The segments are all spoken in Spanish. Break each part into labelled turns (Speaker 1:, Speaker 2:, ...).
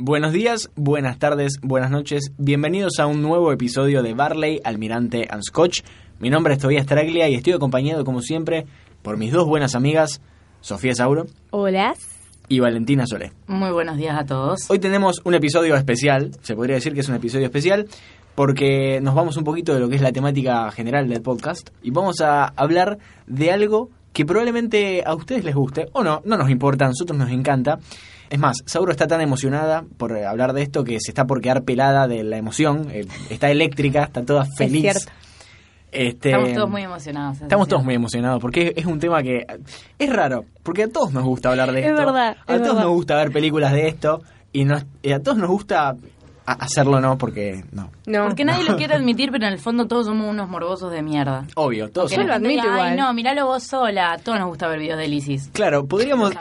Speaker 1: Buenos días, buenas tardes, buenas noches. Bienvenidos a un nuevo episodio de Barley, Almirante and Scotch. Mi nombre es Tobias Traglia y estoy acompañado, como siempre, por mis dos buenas amigas, Sofía Sauro
Speaker 2: Hola.
Speaker 1: y Valentina Solé.
Speaker 3: Muy buenos días a todos.
Speaker 1: Hoy tenemos un episodio especial, se podría decir que es un episodio especial, porque nos vamos un poquito de lo que es la temática general del podcast y vamos a hablar de algo que probablemente a ustedes les guste o no, no nos importa, a nosotros nos encanta. Es más, Sauro está tan emocionada por eh, hablar de esto que se está por quedar pelada de la emoción, eh, está eléctrica, está toda feliz.
Speaker 2: cierto.
Speaker 1: Este,
Speaker 3: Estamos todos muy emocionados. es
Speaker 1: Estamos todos
Speaker 3: decir.
Speaker 1: muy emocionados porque es un tema que es raro, porque a todos nos gusta hablar de
Speaker 2: Es
Speaker 1: esto.
Speaker 2: verdad,
Speaker 1: A
Speaker 2: es
Speaker 1: todos
Speaker 2: verdad.
Speaker 1: nos gusta ver películas de esto y, nos- y a todos nos gusta a- hacerlo, ¿no? Porque no.
Speaker 2: No.
Speaker 3: Porque nadie lo quiere admitir, pero en el fondo todos somos unos morbosos de mierda.
Speaker 1: Obvio, todos
Speaker 3: Que
Speaker 2: Yo
Speaker 3: la
Speaker 1: somos-
Speaker 2: lo
Speaker 3: gente
Speaker 2: admito
Speaker 3: diga, Ay,
Speaker 2: igual.
Speaker 3: no, miralo vos sola. A todos nos gusta ver videos de Isis.
Speaker 1: Claro, podríamos.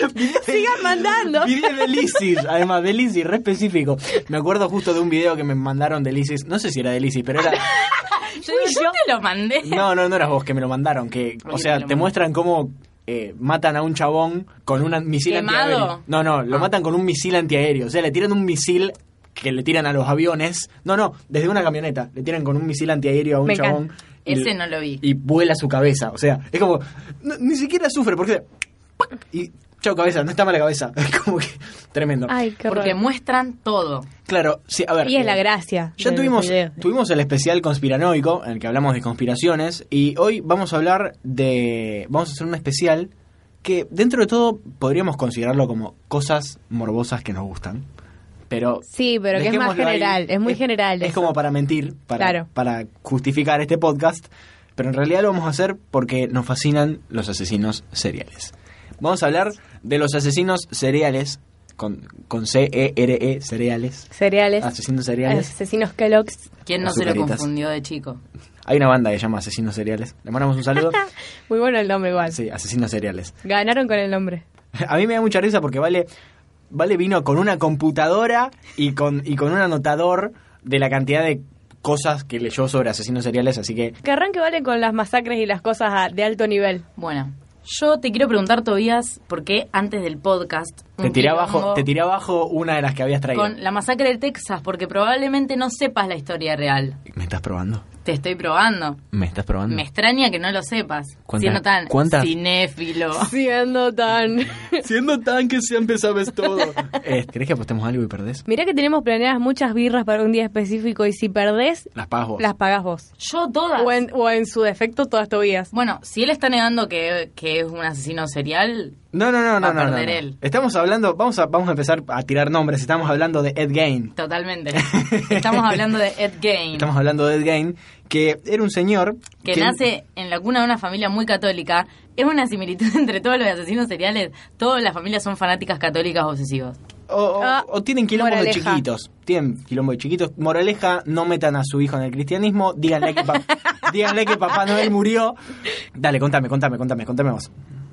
Speaker 2: Sigan mandando.
Speaker 1: Video de Lisis, además de Lisis, re específico. Me acuerdo justo de un video que me mandaron de Lisis, no sé si era de Lisis, pero era
Speaker 3: Yo, digo, yo te lo mandé.
Speaker 1: No, no, no eras vos que me lo mandaron. Que,
Speaker 3: Porque
Speaker 1: o
Speaker 3: te
Speaker 1: sea,
Speaker 3: lo
Speaker 1: te
Speaker 3: mandé.
Speaker 1: muestran cómo eh, matan a un chabón con un an- misil
Speaker 3: ¿Quemado?
Speaker 1: antiaéreo. No, no, lo
Speaker 3: Ah.
Speaker 1: matan con un misil antiaéreo. O sea, le tiran un misil que le tiran a los aviones. No, no, desde una camioneta. Le tiran con un misil antiaéreo a un
Speaker 2: Me
Speaker 1: chabón.
Speaker 2: encanta.
Speaker 1: y-
Speaker 3: Ese no lo vi.
Speaker 1: Y vuela su cabeza. O sea, es como. no- ni siquiera sufre porque. ¡pac! Y. Chau, cabeza, no está mala cabeza. Es como que. Tremendo.
Speaker 2: Ay, qué
Speaker 3: Porque
Speaker 2: horror.
Speaker 3: muestran todo.
Speaker 1: Claro, sí, a ver.
Speaker 2: Y es la
Speaker 1: eh,
Speaker 2: gracia.
Speaker 1: ya
Speaker 2: del
Speaker 1: tuvimos,
Speaker 2: video.
Speaker 1: tuvimos el especial conspiranoico en el que hablamos de conspiraciones y hoy vamos a hablar de... Vamos a hacer un especial que dentro de todo podríamos considerarlo como cosas morbosas que nos gustan. Pero...
Speaker 2: Sí, pero que es más
Speaker 1: dejémoslo ahí.
Speaker 2: general. Es muy general.
Speaker 1: Es
Speaker 2: eso.
Speaker 1: como para mentir, para,
Speaker 2: Claro.
Speaker 1: para justificar este podcast. Pero en realidad lo vamos a hacer porque nos fascinan los asesinos seriales. Vamos a hablar de los asesinos cereales, con, con E C-E-R-E, cereales.
Speaker 2: Cereales.
Speaker 1: Asesinos cereales.
Speaker 2: Asesinos Kellogg's.
Speaker 3: ¿Quién no
Speaker 1: Las
Speaker 3: se lo
Speaker 1: azucaritas.
Speaker 3: confundió de chico?
Speaker 1: Hay una banda que se llama Asesinos Seriales. Le mandamos un saludo.
Speaker 2: Muy bueno el nombre igual.
Speaker 1: Sí, Asesinos Seriales.
Speaker 2: Ganaron con el nombre.
Speaker 1: A mí me da mucha risa porque Vale, vale vino con una computadora y con, y con un anotador de la cantidad de cosas que leyó sobre Asesinos Seriales, así que...
Speaker 2: Que arranque vale con las masacres y las cosas a- de alto nivel.
Speaker 3: Bueno, yo te quiero preguntar, Tobías, por qué antes del podcast... un
Speaker 1: Te tiré, abajo,
Speaker 3: quilombo
Speaker 1: te tiré abajo una de las que habías traído.
Speaker 3: Con la masacre de Texas, porque probablemente no sepas la historia real.
Speaker 1: ¿Me estás probando?
Speaker 3: Te estoy probando.
Speaker 1: ¿Me estás probando?
Speaker 3: Me extraña que no lo sepas.
Speaker 1: ¿Cuántas-
Speaker 3: siendo tan
Speaker 1: cuántas-
Speaker 3: cinéfilo.
Speaker 2: Siendo tan.
Speaker 1: Siendo tan que siempre sabes todo. Eh, ¿Crees que apostemos algo y perdés?
Speaker 2: Mirá que tenemos planeadas muchas birras para un día específico y si perdés,
Speaker 1: Las pagas vos.
Speaker 2: las pagás vos.
Speaker 3: Yo todas.
Speaker 2: O en, o en su defecto, todas tobillas.
Speaker 3: Bueno, si él está negando que, que es un asesino serial,
Speaker 1: No, no, no,
Speaker 3: Va
Speaker 1: no,
Speaker 3: a
Speaker 1: no, no,
Speaker 3: perder
Speaker 1: no.
Speaker 3: él.
Speaker 1: Estamos hablando, vamos a, vamos a empezar a tirar nombres. Estamos hablando de Ed Gain.
Speaker 3: totalmente. Estamos hablando de Ed Gain,
Speaker 1: Estamos hablando de Ed Gein, que era un señor
Speaker 3: que nace en la cuna de una familia muy católica. Es una similitud entre todos los asesinos seriales. Todas las familias son fanáticas católicas obsesivas.
Speaker 1: o, o-
Speaker 2: Ah,
Speaker 1: o tienen quilombo de
Speaker 2: moraleja.
Speaker 1: chiquitos. Tienen quilombo de chiquitos. Moraleja, no metan a su hijo en el cristianismo. Díganle que, pa- díganle que Papá Noel murió. Dale, contame, contame, contame, contame vos.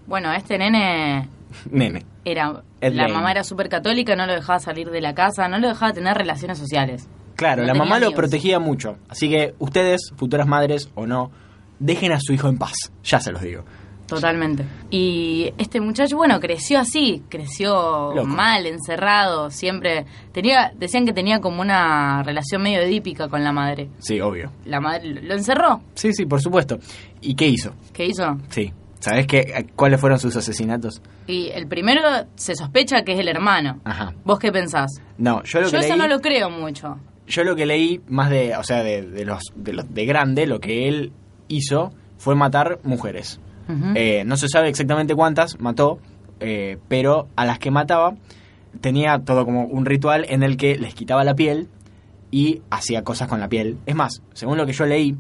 Speaker 3: Bueno, este nene
Speaker 1: Nene.
Speaker 3: era...
Speaker 1: Ed
Speaker 3: la
Speaker 1: Gain.
Speaker 3: mamá era súper católica, no lo dejaba salir de la casa, no lo dejaba tener relaciones sociales.
Speaker 1: Claro,
Speaker 3: No
Speaker 1: la
Speaker 3: tenía
Speaker 1: mamá lo
Speaker 3: amigos.
Speaker 1: protegía mucho. Así que ustedes, futuras madres o no, dejen a su hijo en paz. Ya se los digo.
Speaker 3: Totalmente. Y este muchacho, bueno, creció así, creció
Speaker 1: Loco.
Speaker 3: mal, encerrado, siempre tenía, decían que tenía como una relación medio edípica con la madre.
Speaker 1: Sí, obvio.
Speaker 3: La madre lo- lo encerró.
Speaker 1: Sí, sí, por supuesto. ¿Y qué hizo?
Speaker 3: ¿Qué hizo?
Speaker 1: Sí. ¿Sabés qué, cuáles fueron sus asesinatos?
Speaker 3: Y el primero se sospecha que es el hermano.
Speaker 1: Ajá.
Speaker 3: ¿Vos qué pensás?
Speaker 1: No, yo lo
Speaker 3: Yo
Speaker 1: Ah. que
Speaker 3: eso
Speaker 1: leí-
Speaker 3: no lo creo mucho.
Speaker 1: Yo lo que leí más de, o sea, de, de los, de los de grande, lo que él hizo fue matar mujeres.
Speaker 3: Ujú.
Speaker 1: Eh, no se sabe exactamente cuántas mató, eh, pero a las que mataba tenía todo como un ritual en el que les quitaba la piel y hacía cosas con la piel. Es más, según lo que yo leí,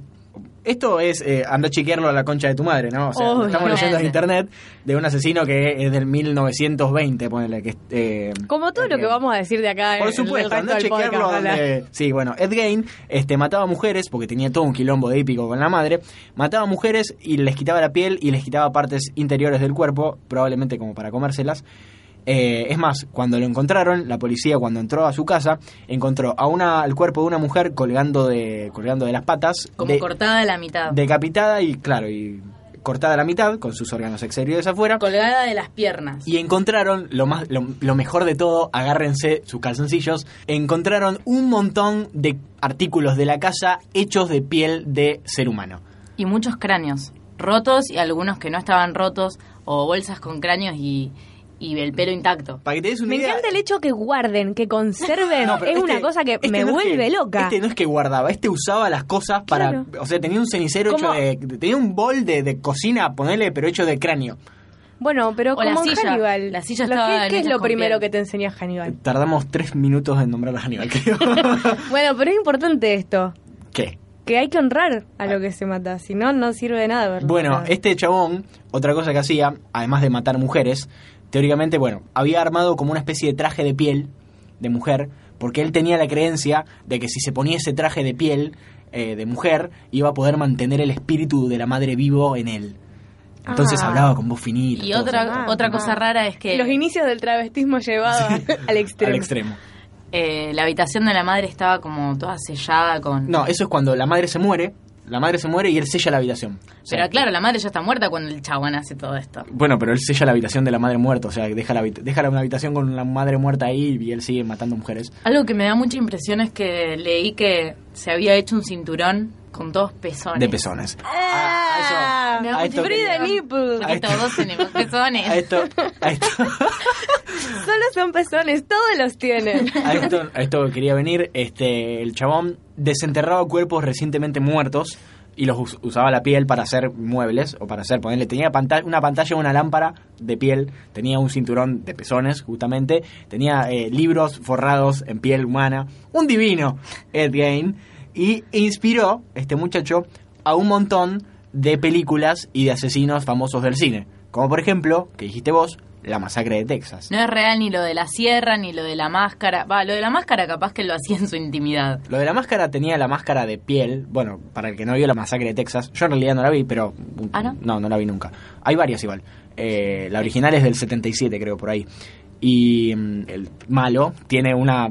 Speaker 1: esto es eh, anda a chequearlo a la concha de tu madre, ¿no? O sea, lo estamos leyendo en
Speaker 3: Obviamente.
Speaker 1: internet de un asesino que es del 1920, ponele que es, eh,
Speaker 2: Como todo lo que vamos a decir de acá en
Speaker 1: por
Speaker 2: el
Speaker 1: supuesto,
Speaker 2: resto
Speaker 1: anda a
Speaker 2: del
Speaker 1: chequearlo
Speaker 2: podcast, ojalá.
Speaker 1: donde- Sí, bueno, Ed Gain este, mataba mujeres, porque tenía todo un quilombo de hípico con la madre, mataba mujeres y les quitaba la piel y les quitaba partes interiores del cuerpo, probablemente como para comérselas. Eh, es más, cuando lo encontraron, la policía cuando entró a su casa, encontró a una, el cuerpo de una mujer colgando de, colgando de las patas,
Speaker 3: Como
Speaker 1: de-
Speaker 3: cortada de la mitad.
Speaker 1: decapitada y, claro, y cortada a la mitad, con sus órganos exteriores afuera,
Speaker 3: Colgada de las piernas.
Speaker 1: y encontraron, lo, más, lo, lo mejor de todo, agárrense sus calzoncillos, encontraron un montón de artículos de la casa hechos de piel de ser humano.
Speaker 3: Y muchos cráneos rotos y algunos que no estaban rotos o bolsas con cráneos y, y el pelo intacto.
Speaker 1: Para que te des una
Speaker 2: Me
Speaker 1: idea-
Speaker 2: encanta el hecho que guarden, que conserven.
Speaker 1: No, pero
Speaker 2: es
Speaker 1: este-
Speaker 2: una cosa que
Speaker 1: este
Speaker 2: me
Speaker 1: no es
Speaker 2: vuelve loca.
Speaker 1: Este no es que guardaba, este usaba las cosas para.
Speaker 2: Claro.
Speaker 1: O sea, tenía un cenicero
Speaker 2: ¿Cómo?
Speaker 1: hecho de. Tenía un bol de, de cocina, ponele, pero hecho de cráneo.
Speaker 2: Bueno, pero
Speaker 3: O la
Speaker 2: como en
Speaker 3: silla.
Speaker 2: Hannibal.
Speaker 3: La silla
Speaker 2: Lo-
Speaker 3: estaba
Speaker 2: ¿Qué, qué es
Speaker 3: hecha
Speaker 2: lo
Speaker 3: con
Speaker 2: primero
Speaker 3: piel.
Speaker 2: que te enseñó Hannibal?
Speaker 1: Tardamos tres minutos en nombrar a Hannibal, creo.
Speaker 2: Bueno, pero es importante esto.
Speaker 1: ¿Qué?
Speaker 2: Que hay que honrar a lo que se mata. Si no, no sirve de nada verlo.
Speaker 1: Bueno,
Speaker 2: matado.
Speaker 1: este chabón, otra cosa que hacía, además de matar mujeres, teóricamente, bueno, había armado como una especie de traje de piel de mujer, porque él tenía la creencia de que si se ponía ese traje de piel eh, de mujer, iba a poder mantener el espíritu de la madre vivo en él. Entonces
Speaker 2: Ah.
Speaker 1: hablaba con voz finita.
Speaker 3: Y
Speaker 1: todo eso.
Speaker 3: otra,
Speaker 2: mal,
Speaker 3: otra
Speaker 2: mal.
Speaker 3: cosa rara es que
Speaker 2: Los inicios del travestismo llevado al extremo.
Speaker 1: Al extremo.
Speaker 3: eh, la habitación de la madre estaba como toda sellada con...
Speaker 1: No, eso es cuando la madre se muere, la madre se muere y él sella la habitación. O sea,
Speaker 3: Pero claro, la madre ya está muerta cuando el chabón hace todo esto.
Speaker 1: Bueno, pero él sella la habitación de la madre muerta, o sea, deja, la, habit- deja la- una habitación con la madre muerta ahí y él sigue matando mujeres.
Speaker 3: Algo que me da mucha impresión es que leí que se había hecho un cinturón con todos pezones.
Speaker 1: De pezones.
Speaker 2: Ah,
Speaker 1: Ah,
Speaker 3: Me
Speaker 1: eso. A
Speaker 3: da mucha
Speaker 1: esto-
Speaker 2: Frida
Speaker 3: impresión.
Speaker 2: Nipple.
Speaker 1: A esto-
Speaker 3: Porque todos tenemos pezones.
Speaker 1: A esto, a esto,
Speaker 2: Solo son pezones, todos los tienen.
Speaker 1: a esto- a esto quería venir. Este, el chabón desenterraba cuerpos recientemente muertos y los us- usaba la piel para hacer muebles o para hacer ponerle tenía panta- una pantalla una lámpara de piel tenía un cinturón de pezones justamente tenía eh, libros forrados en piel humana un divino Ed Gein y inspiró este muchacho a un montón de películas y de asesinos famosos del cine como por ejemplo que dijiste vos la masacre de Texas
Speaker 3: No es real ni lo de la sierra, ni lo de la máscara. Va, lo de la máscara capaz que lo hacía en su intimidad.
Speaker 1: Lo de la máscara tenía la máscara de piel. Bueno, para el que no vio la masacre de Texas, yo en realidad no la vi, pero.
Speaker 3: ¿Ah, no?
Speaker 1: No, no la vi nunca. Hay varias igual. Eh, la original es del 77, creo, por ahí. Y mm, el malo tiene una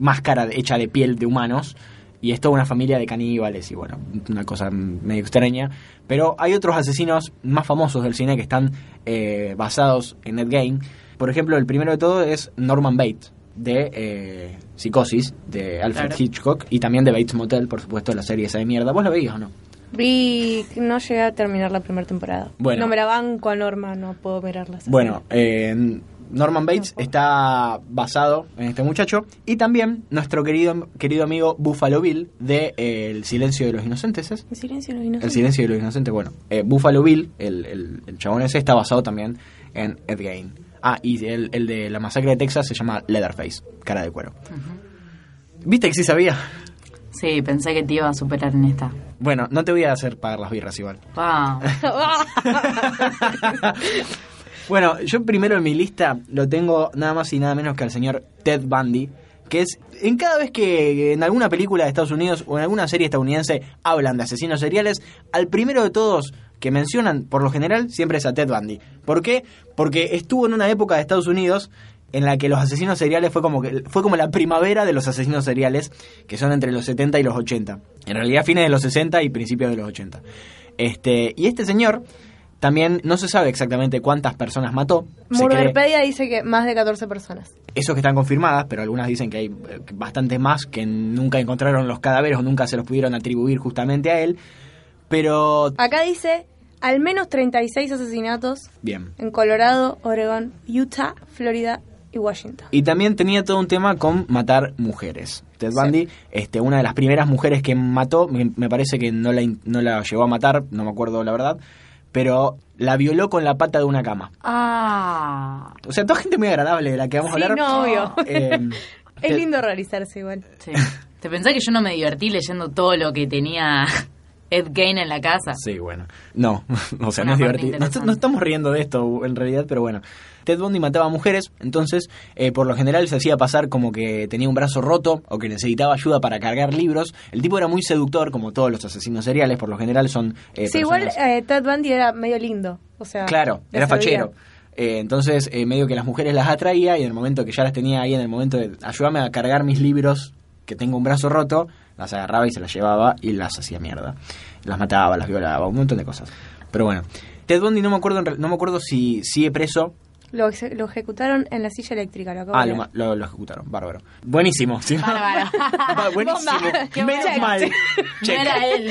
Speaker 1: máscara hecha de piel de humanos. Y es toda una familia de caníbales y bueno, una cosa mm, medio extraña. Pero hay otros asesinos más famosos del cine que están eh, basados en Ed Gein. Por ejemplo, el primero de todo es Norman Bates, de eh, Psicosis, de Alfred
Speaker 3: Claro.
Speaker 1: Hitchcock, y también de Bates Motel, por supuesto, la serie esa de mierda. ¿Vos la veías o no?
Speaker 2: Vi, no llegué a terminar la primera temporada.
Speaker 1: Bueno.
Speaker 2: No me la banco a Norma, no puedo mirarla.
Speaker 1: Bueno, eh, Norman Bates
Speaker 2: No puedo.
Speaker 1: está basado en este muchacho y también nuestro querido, querido amigo Buffalo Bill de eh, El Silencio de los Inocentes. ¿es?
Speaker 2: El silencio no vino.
Speaker 1: El Silencio de los Inocentes, bueno. eh, Buffalo Bill, el, el, el chabón ese, está basado también en Ed Gein. Ah, y el, el de la masacre de Texas se llama Leatherface, cara de cuero. ¿Viste que sí sabía?
Speaker 3: Sí, pensé que te iba a superar en esta.
Speaker 1: Bueno, no te voy a hacer pagar las birras igual.
Speaker 3: Wow.
Speaker 1: Bueno, yo primero en mi lista lo tengo nada más y nada menos que al señor Ted Bundy, que es en cada vez que en alguna película de Estados Unidos o en alguna serie estadounidense hablan de asesinos seriales, al primero de todos que mencionan por lo general siempre es a Ted Bundy. ¿Por qué? Porque estuvo en una época de Estados Unidos en la que los asesinos seriales fue como que fue como la primavera de los asesinos seriales que son entre los 70 y los 80. En realidad fines de los 60 y principios de los 80. Este, y este señor también no se sabe exactamente cuántas personas mató. Se cree-
Speaker 2: Murderpedia dice que más de 14 personas.
Speaker 1: esos que están confirmadas, pero algunas dicen que hay eh, bastantes más que nunca encontraron los cadáveres o nunca se los pudieron atribuir justamente a él. Pero
Speaker 2: Acá dice al menos 36 asesinatos
Speaker 1: bien.
Speaker 2: en Colorado, Oregón, Utah, Florida y Washington.
Speaker 1: Y también tenía todo un tema con matar mujeres. Ted Bundy, este, una de las primeras mujeres que mató, me, me parece que no la, in- no la llevó a matar, no me acuerdo la verdad, pero la violó con la pata de una cama.
Speaker 3: Ah.
Speaker 1: O sea, toda gente muy agradable de la que vamos
Speaker 2: Sí,
Speaker 1: a hablar.
Speaker 2: no, obvio.
Speaker 1: Eh,
Speaker 2: es
Speaker 1: Ted-
Speaker 2: lindo realizarse igual.
Speaker 3: Sí. ¿Te pensás que yo no me divertí leyendo todo lo que tenía Ed Gain en la casa?
Speaker 1: Sí, bueno. No, o sea, no es
Speaker 3: Una parte
Speaker 1: divertido. No,
Speaker 3: interesante.
Speaker 1: no estamos riendo de esto en realidad, pero bueno. Ted Bundy mataba mujeres, entonces eh, por lo general se hacía pasar como que tenía un brazo roto o que necesitaba ayuda para cargar libros. El tipo era muy seductor, como todos los asesinos seriales, por lo general son... eh,
Speaker 2: sí, igual
Speaker 1: personas-
Speaker 2: eh, Ted Bundy era medio lindo. O sea,
Speaker 1: Claro,
Speaker 2: le
Speaker 1: era
Speaker 2: servía.
Speaker 1: fachero. Eh, entonces, eh, medio que las mujeres las atraía y en el momento que ya las tenía ahí, en el momento de ayúdame a cargar mis libros, que tengo un brazo roto, las agarraba y se las llevaba y las hacía mierda. Las mataba, las violaba, un montón de cosas. Pero bueno. Ted Bundy no me acuerdo, en re- no me acuerdo si sigue preso.
Speaker 2: Lo, exe- lo ejecutaron en la silla eléctrica, lo acabo
Speaker 1: Ah,
Speaker 2: de
Speaker 1: lo,
Speaker 2: leer.
Speaker 1: ma- lo- lo ejecutaron, bárbaro. Buenísimo, ¿sí?
Speaker 3: Bárbaro.
Speaker 1: Va- Buenísimo.
Speaker 3: Bomba. Qué
Speaker 1: Menos
Speaker 3: bueno.
Speaker 1: mal.
Speaker 3: No
Speaker 1: Check.
Speaker 3: era él.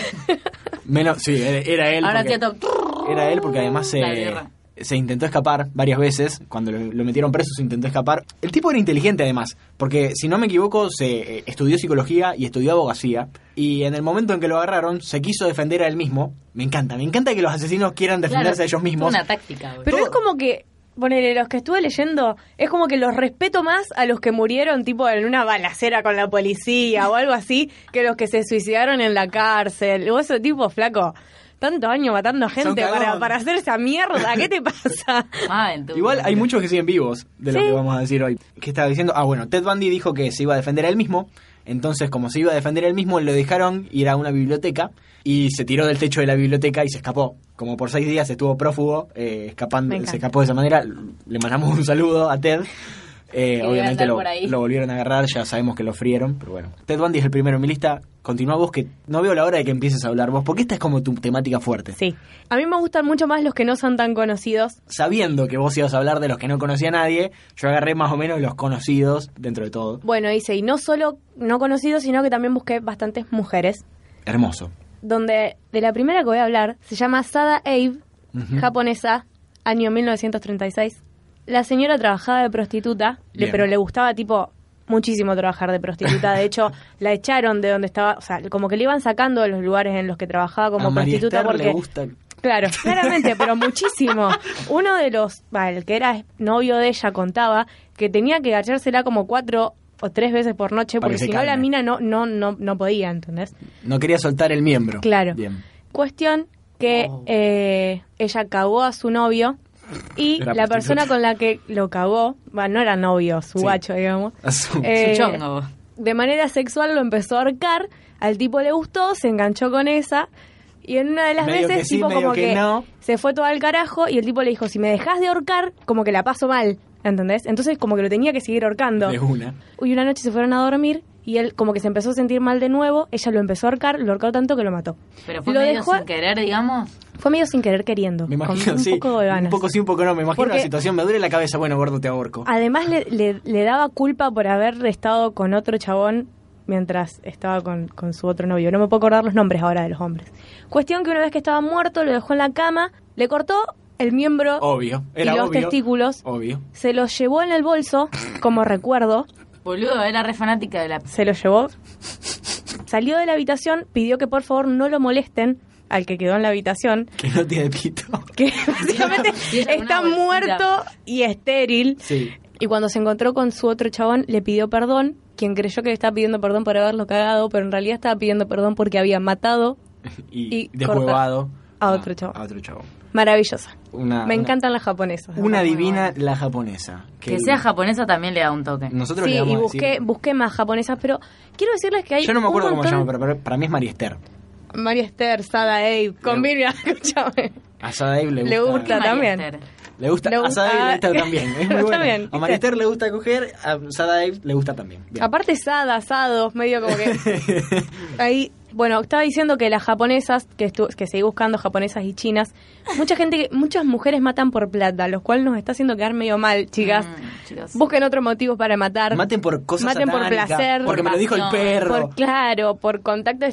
Speaker 1: Menos, sí, era, era él.
Speaker 3: Ahora
Speaker 1: porque-
Speaker 3: sí, a
Speaker 1: Era él porque además se,
Speaker 3: La guerra.
Speaker 1: se intentó escapar varias veces. Cuando lo, lo metieron preso se intentó escapar. El tipo era inteligente además, porque si no me equivoco se eh, estudió psicología y estudió abogacía. Y en el momento en que lo agarraron se quiso defender a él mismo. Me encanta, me encanta que los asesinos quieran defenderse a ellos mismos.
Speaker 3: Una táctica, güey.
Speaker 2: Pero
Speaker 1: todo-
Speaker 2: es como que, ponele, los que estuve leyendo, es como que los respeto más a los que murieron, tipo, en una balacera con la policía o algo así, que los que se suicidaron en la cárcel. O ese tipo, flaco, tanto año matando gente para,
Speaker 1: cagón.
Speaker 2: para hacer esa mierda, ¿qué te pasa?
Speaker 3: Ah, en tu-
Speaker 1: Igual hay muchos que siguen vivos de lo
Speaker 2: Sí.
Speaker 1: que vamos a decir hoy. ¿Qué estaba diciendo? Ah, bueno, Ted Bundy dijo que se iba a defender a él mismo. Entonces, como se iba a defender él mismo, lo dejaron ir a una biblioteca y se tiró del techo de la biblioteca y se escapó. Como por seis días estuvo prófugo, eh,
Speaker 2: Me
Speaker 1: escapando,
Speaker 2: encanta.
Speaker 1: se escapó de esa manera. Le mandamos un saludo a Ted. Eh,
Speaker 3: Que debe
Speaker 1: obviamente
Speaker 3: andar
Speaker 1: lo,
Speaker 3: por ahí.
Speaker 1: lo volvieron a agarrar, ya sabemos que lo frieron, pero bueno. Ted Bundy es el primero en mi lista. Continúa vos que no veo la hora de que empieces a hablar vos, porque esta es como tu temática fuerte.
Speaker 2: Sí. A mí me gustan mucho más los que no son tan conocidos.
Speaker 1: sabiendo que vos ibas a hablar de los que no conocía a nadie, yo agarré más o menos los conocidos dentro de todo.
Speaker 2: Bueno, dice, y no solo no conocidos, sino que también busqué bastantes mujeres.
Speaker 1: Hermoso.
Speaker 2: Donde de la primera que voy a hablar se llama Sada Abe,
Speaker 1: Ujú.
Speaker 2: japonesa, año 1936. La señora trabajaba de prostituta, le-
Speaker 1: Bien.
Speaker 2: pero le gustaba tipo muchísimo trabajar de prostituta. De hecho, la echaron de donde estaba, o sea, como que le iban sacando de los lugares en los que trabajaba como
Speaker 1: a María
Speaker 2: prostituta
Speaker 1: Esther
Speaker 2: porque
Speaker 1: le gusta.
Speaker 2: Claro, claramente, pero muchísimo. Uno de los, va, el que era novio de ella contaba que tenía que gachársela como cuatro o tres veces por noche
Speaker 1: Para
Speaker 2: porque
Speaker 1: que se
Speaker 2: si no la
Speaker 1: calme.
Speaker 2: mina no, no, no, no podía, ¿entendés?
Speaker 1: No quería soltar el miembro.
Speaker 2: Claro.
Speaker 1: Bien.
Speaker 2: Cuestión que
Speaker 3: Oh.
Speaker 2: eh, ella cagó a su novio y
Speaker 1: Era
Speaker 2: la
Speaker 1: prostituta.
Speaker 2: persona con la que lo cagó, va, no era novio, su
Speaker 1: Sí.
Speaker 2: guacho, digamos,
Speaker 1: A su-
Speaker 2: Eh,
Speaker 3: Su chongo, vos.
Speaker 2: de manera sexual lo empezó a ahorcar, al tipo le gustó, se enganchó con esa y en una de las
Speaker 1: Medio
Speaker 2: veces
Speaker 1: que sí,
Speaker 2: tipo
Speaker 1: medio
Speaker 2: como
Speaker 1: que
Speaker 2: que
Speaker 1: no.
Speaker 2: se fue todo al carajo y el tipo le dijo, si me dejas de ahorcar, como que la paso mal, ¿entendés? Entonces como que lo tenía que seguir ahorcando.
Speaker 1: De una.
Speaker 2: Y una noche se fueron a dormir y él como que se empezó a sentir mal de nuevo, ella lo empezó a ahorcar, lo ahorcó tanto que lo mató.
Speaker 3: Pero fue
Speaker 2: lo
Speaker 3: medio
Speaker 2: dejó-
Speaker 3: sin querer, digamos.
Speaker 2: Fue medio sin querer queriendo,
Speaker 1: Me imagino,
Speaker 2: con un
Speaker 1: sí.
Speaker 2: poco de ganas.
Speaker 1: un poco sí, un poco no. Me imagino
Speaker 2: Porque- Ah,
Speaker 1: la situación. Me duele la cabeza. Bueno, gordo, te ahorco.
Speaker 2: Además le, le- le daba culpa por haber estado con otro chabón mientras estaba con, con su otro novio. No me puedo acordar los nombres ahora de los hombres. Cuestión que una vez que estaba muerto, lo dejó en la cama, le cortó el miembro
Speaker 1: Obvio.
Speaker 2: y
Speaker 1: Era
Speaker 2: los
Speaker 1: obvio.
Speaker 2: testículos,
Speaker 1: Obvio.
Speaker 2: se los llevó en el bolso, como recuerdo,
Speaker 3: Boludo, era re fanática de la...
Speaker 2: se los llevó, salió de la habitación, pidió que por favor no lo molesten al que quedó en la habitación,
Speaker 1: Que no tiene pito.
Speaker 2: que básicamente
Speaker 3: Y ella con
Speaker 2: está
Speaker 3: una bolsita.
Speaker 2: muerto y estéril.
Speaker 1: Sí.
Speaker 2: Y cuando se encontró con su otro chabón, le pidió perdón, quien creyó que le estaba pidiendo perdón por haberlo cagado, pero en realidad estaba pidiendo perdón porque había matado.
Speaker 1: Y,
Speaker 2: Y
Speaker 1: deshuevado. Ah,
Speaker 2: corta. A otro chabón.
Speaker 1: A otro chabón.
Speaker 2: Maravillosa.
Speaker 1: Ah, Una- una-
Speaker 2: Me encantan las japonesas.
Speaker 1: Una
Speaker 2: Muy
Speaker 1: divina,
Speaker 2: buenas.
Speaker 1: la japonesa.
Speaker 3: Que sea japonesa también le da un toque.
Speaker 1: Nosotros
Speaker 2: Sí,
Speaker 1: le vamos
Speaker 2: y
Speaker 1: a
Speaker 2: busqué,
Speaker 1: decir-
Speaker 2: busqué más japonesas, pero quiero decirles que hay.
Speaker 1: Yo no me acuerdo
Speaker 2: un
Speaker 1: cómo se llama,
Speaker 2: montón-
Speaker 1: pero, pero para mí es María Esther.
Speaker 2: María Esther, Sada Abe, combina, escúchame.
Speaker 1: A Sada Abe le gusta.
Speaker 2: Le gusta
Speaker 3: María
Speaker 2: también.
Speaker 3: Esther.
Speaker 1: Le gusta,
Speaker 2: Le
Speaker 1: a
Speaker 2: gusta- Ah,
Speaker 1: Sadaev le gusta también. Es muy bueno.
Speaker 2: También,
Speaker 1: a
Speaker 2: ¿viste?
Speaker 1: Marister le gusta coger, a Sadaev le gusta también. Bien.
Speaker 2: Aparte Sada, Sado, medio como que Ahí, bueno, estaba diciendo que las japonesas, que, estu- que seguí buscando japonesas y chinas, mucha gente, que- muchas mujeres matan por plata, lo cual nos está haciendo quedar medio mal, chicas.
Speaker 3: Mm, chicas.
Speaker 2: Busquen otro motivo para matar.
Speaker 1: Maten por cosas
Speaker 2: Maten por
Speaker 1: satánicas,
Speaker 2: placer.
Speaker 1: Porque me lo dijo el
Speaker 3: Pasión.
Speaker 1: perro.
Speaker 2: Por, claro, por contacto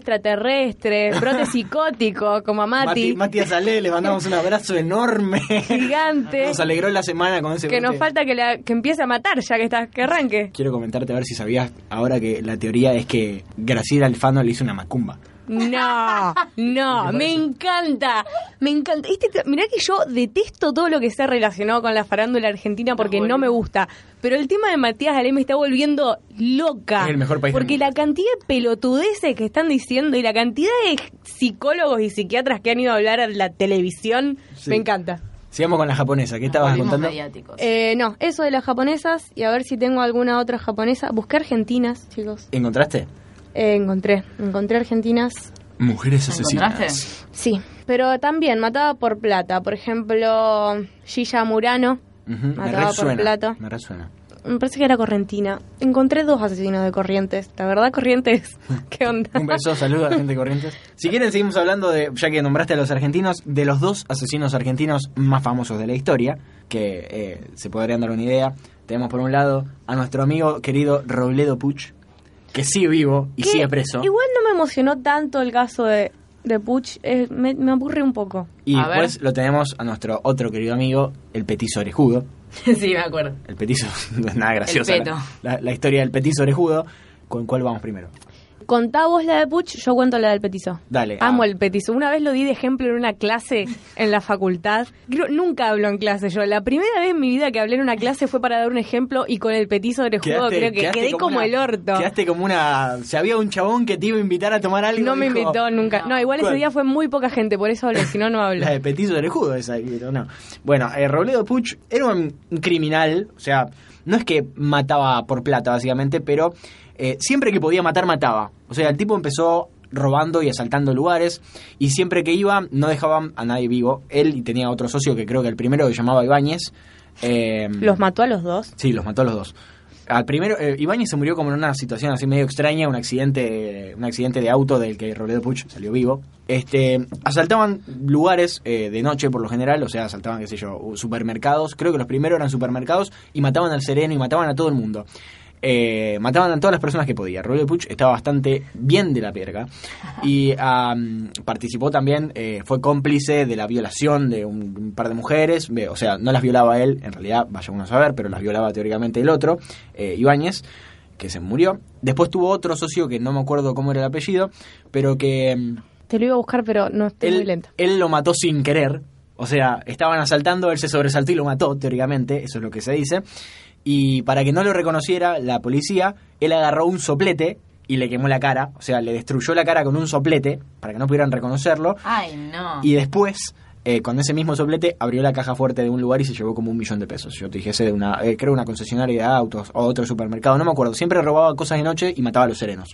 Speaker 2: extraterrestre, brote psicótico, como a
Speaker 1: Mati,
Speaker 2: Mati,
Speaker 1: Mati Azalea, le mandamos un abrazo enorme.
Speaker 2: gigante,
Speaker 1: Nos alegró la semana con ese
Speaker 2: que nos
Speaker 1: brote.
Speaker 2: falta que, la, que empiece a matar ya que está, que arranque.
Speaker 1: Quiero comentarte a ver si sabías ahora que la teoría es que Graciela Alfano le hizo una macumba.
Speaker 2: No, no, me encanta, me encanta. Este, te- mirá que yo detesto todo lo que sea relacionado con la farándula argentina
Speaker 1: Ah,
Speaker 2: porque no me gusta. Pero el tema de Matías Ale me está volviendo loca.
Speaker 1: Es el mejor país del
Speaker 2: Porque
Speaker 1: mundo.
Speaker 2: la cantidad de pelotudeces que están diciendo y la cantidad de psicólogos y psiquiatras que han ido a hablar a la televisión,
Speaker 1: Sí.
Speaker 2: me encanta.
Speaker 1: Sigamos con la japonesa. ¿Qué estabas
Speaker 3: Ah, Volvimos
Speaker 1: contando?
Speaker 3: mediáticos.
Speaker 2: Eh, no, eso de las japonesas y a ver si tengo alguna otra japonesa. Busqué argentinas, chicos.
Speaker 1: ¿Encontraste?
Speaker 2: Eh, encontré, encontré argentinas.
Speaker 1: Mujeres
Speaker 3: ¿Lo
Speaker 1: asesinadas.
Speaker 3: encontraste?
Speaker 2: Sí, pero también mataba por plata. Por ejemplo, Gilla Murano
Speaker 1: Ujú, Me
Speaker 2: Mataba por
Speaker 1: resuena.
Speaker 2: plato.
Speaker 1: Me resuena.
Speaker 2: me parece que era correntina. Encontré dos asesinos de Corrientes. La verdad, Corrientes, ¿qué onda?
Speaker 1: Un beso, saludos a la gente de corrientes. Si quieren, seguimos hablando de, ya que nombraste a los argentinos, de los dos asesinos argentinos más famosos de la historia, que eh, se podrían dar una idea. Tenemos por un lado a nuestro amigo querido Robledo Puch, que sigue vivo y
Speaker 2: Que
Speaker 1: sigue preso.
Speaker 2: Igual no me emocionó tanto el caso de, de Puch. eh, me, me aburre un poco.
Speaker 1: Y
Speaker 3: A
Speaker 1: después
Speaker 3: ver.
Speaker 1: lo tenemos a nuestro otro querido amigo, el petiso orejudo.
Speaker 3: sí, me acuerdo.
Speaker 1: El petiso, no es nada gracioso.
Speaker 3: peto.
Speaker 1: La, la- la historia del petiso orejudo. ¿Con cuál vamos primero?
Speaker 2: Contá vos la de Puch, yo cuento la del petizo.
Speaker 1: Dale.
Speaker 2: Amo
Speaker 1: ah,
Speaker 2: el petizo. Una vez lo di de ejemplo en una clase en la facultad. Creo- nunca hablo en clase yo. La primera vez en mi vida que hablé en una clase fue para dar un ejemplo y con el petizo de juego creo que
Speaker 1: quedaste
Speaker 2: quedé como,
Speaker 1: una-
Speaker 2: el orto.
Speaker 1: Quedaste como una. Si había un chabón que te iba a invitar a tomar algo.
Speaker 2: No me
Speaker 1: dijo,
Speaker 2: invitó nunca. No, igual ese
Speaker 1: ¿Cuál?
Speaker 2: día fue muy poca gente, por eso hablé, si no, no hablo.
Speaker 1: La de petiso orejudo esa, pero no. Bueno, eh, Robledo Puch era un criminal, o sea, no es que mataba por plata, básicamente, pero eh, siempre que podía matar, mataba. O sea, el tipo empezó robando y asaltando lugares, y siempre que iba, no dejaban a nadie vivo. Él y tenía otro socio que creo que el primero que llamaba Ibáñez. eh,
Speaker 2: ¿Los mató a los dos?
Speaker 1: Sí, los mató a los dos. Al primero, eh, Ibáñez se murió como en una situación así medio extraña, un accidente, un accidente de auto del que Robledo Puch salió vivo. Este, asaltaban lugares eh, de noche por lo general, o sea, asaltaban, qué sé yo, supermercados. Creo que los primeros eran supermercados y mataban al sereno y mataban a todo el mundo. Eh, mataban a todas las personas que podía. Robledo Puch estaba bastante bien de la perga y am, participó también, eh, fue cómplice de la violación de un, un par de mujeres, ve- o sea, no las violaba él, en realidad, vaya uno a saber, pero las violaba teóricamente el otro, eh, Ibáñez, que se murió. Después tuvo otro socio que no me acuerdo cómo era el apellido, pero que mm,
Speaker 2: Te lo iba a buscar, pero no estoy muy
Speaker 1: él,
Speaker 2: lenta.
Speaker 1: él lo mató sin querer. O sea, estaban asaltando, él se sobresaltó y lo mató, teóricamente, eso es lo que se dice. Y para que no lo reconociera la policía, él agarró un soplete y le quemó la cara. O sea, le destruyó la cara con un soplete para que no pudieran reconocerlo.
Speaker 3: Ay, no.
Speaker 1: Y después, eh, con ese mismo soplete, abrió la caja fuerte de un lugar y se llevó como un millón de pesos. Yo te dijese de una, eh, creo una concesionaria de autos o otro supermercado, no me acuerdo. Siempre robaba cosas de noche y mataba a los serenos.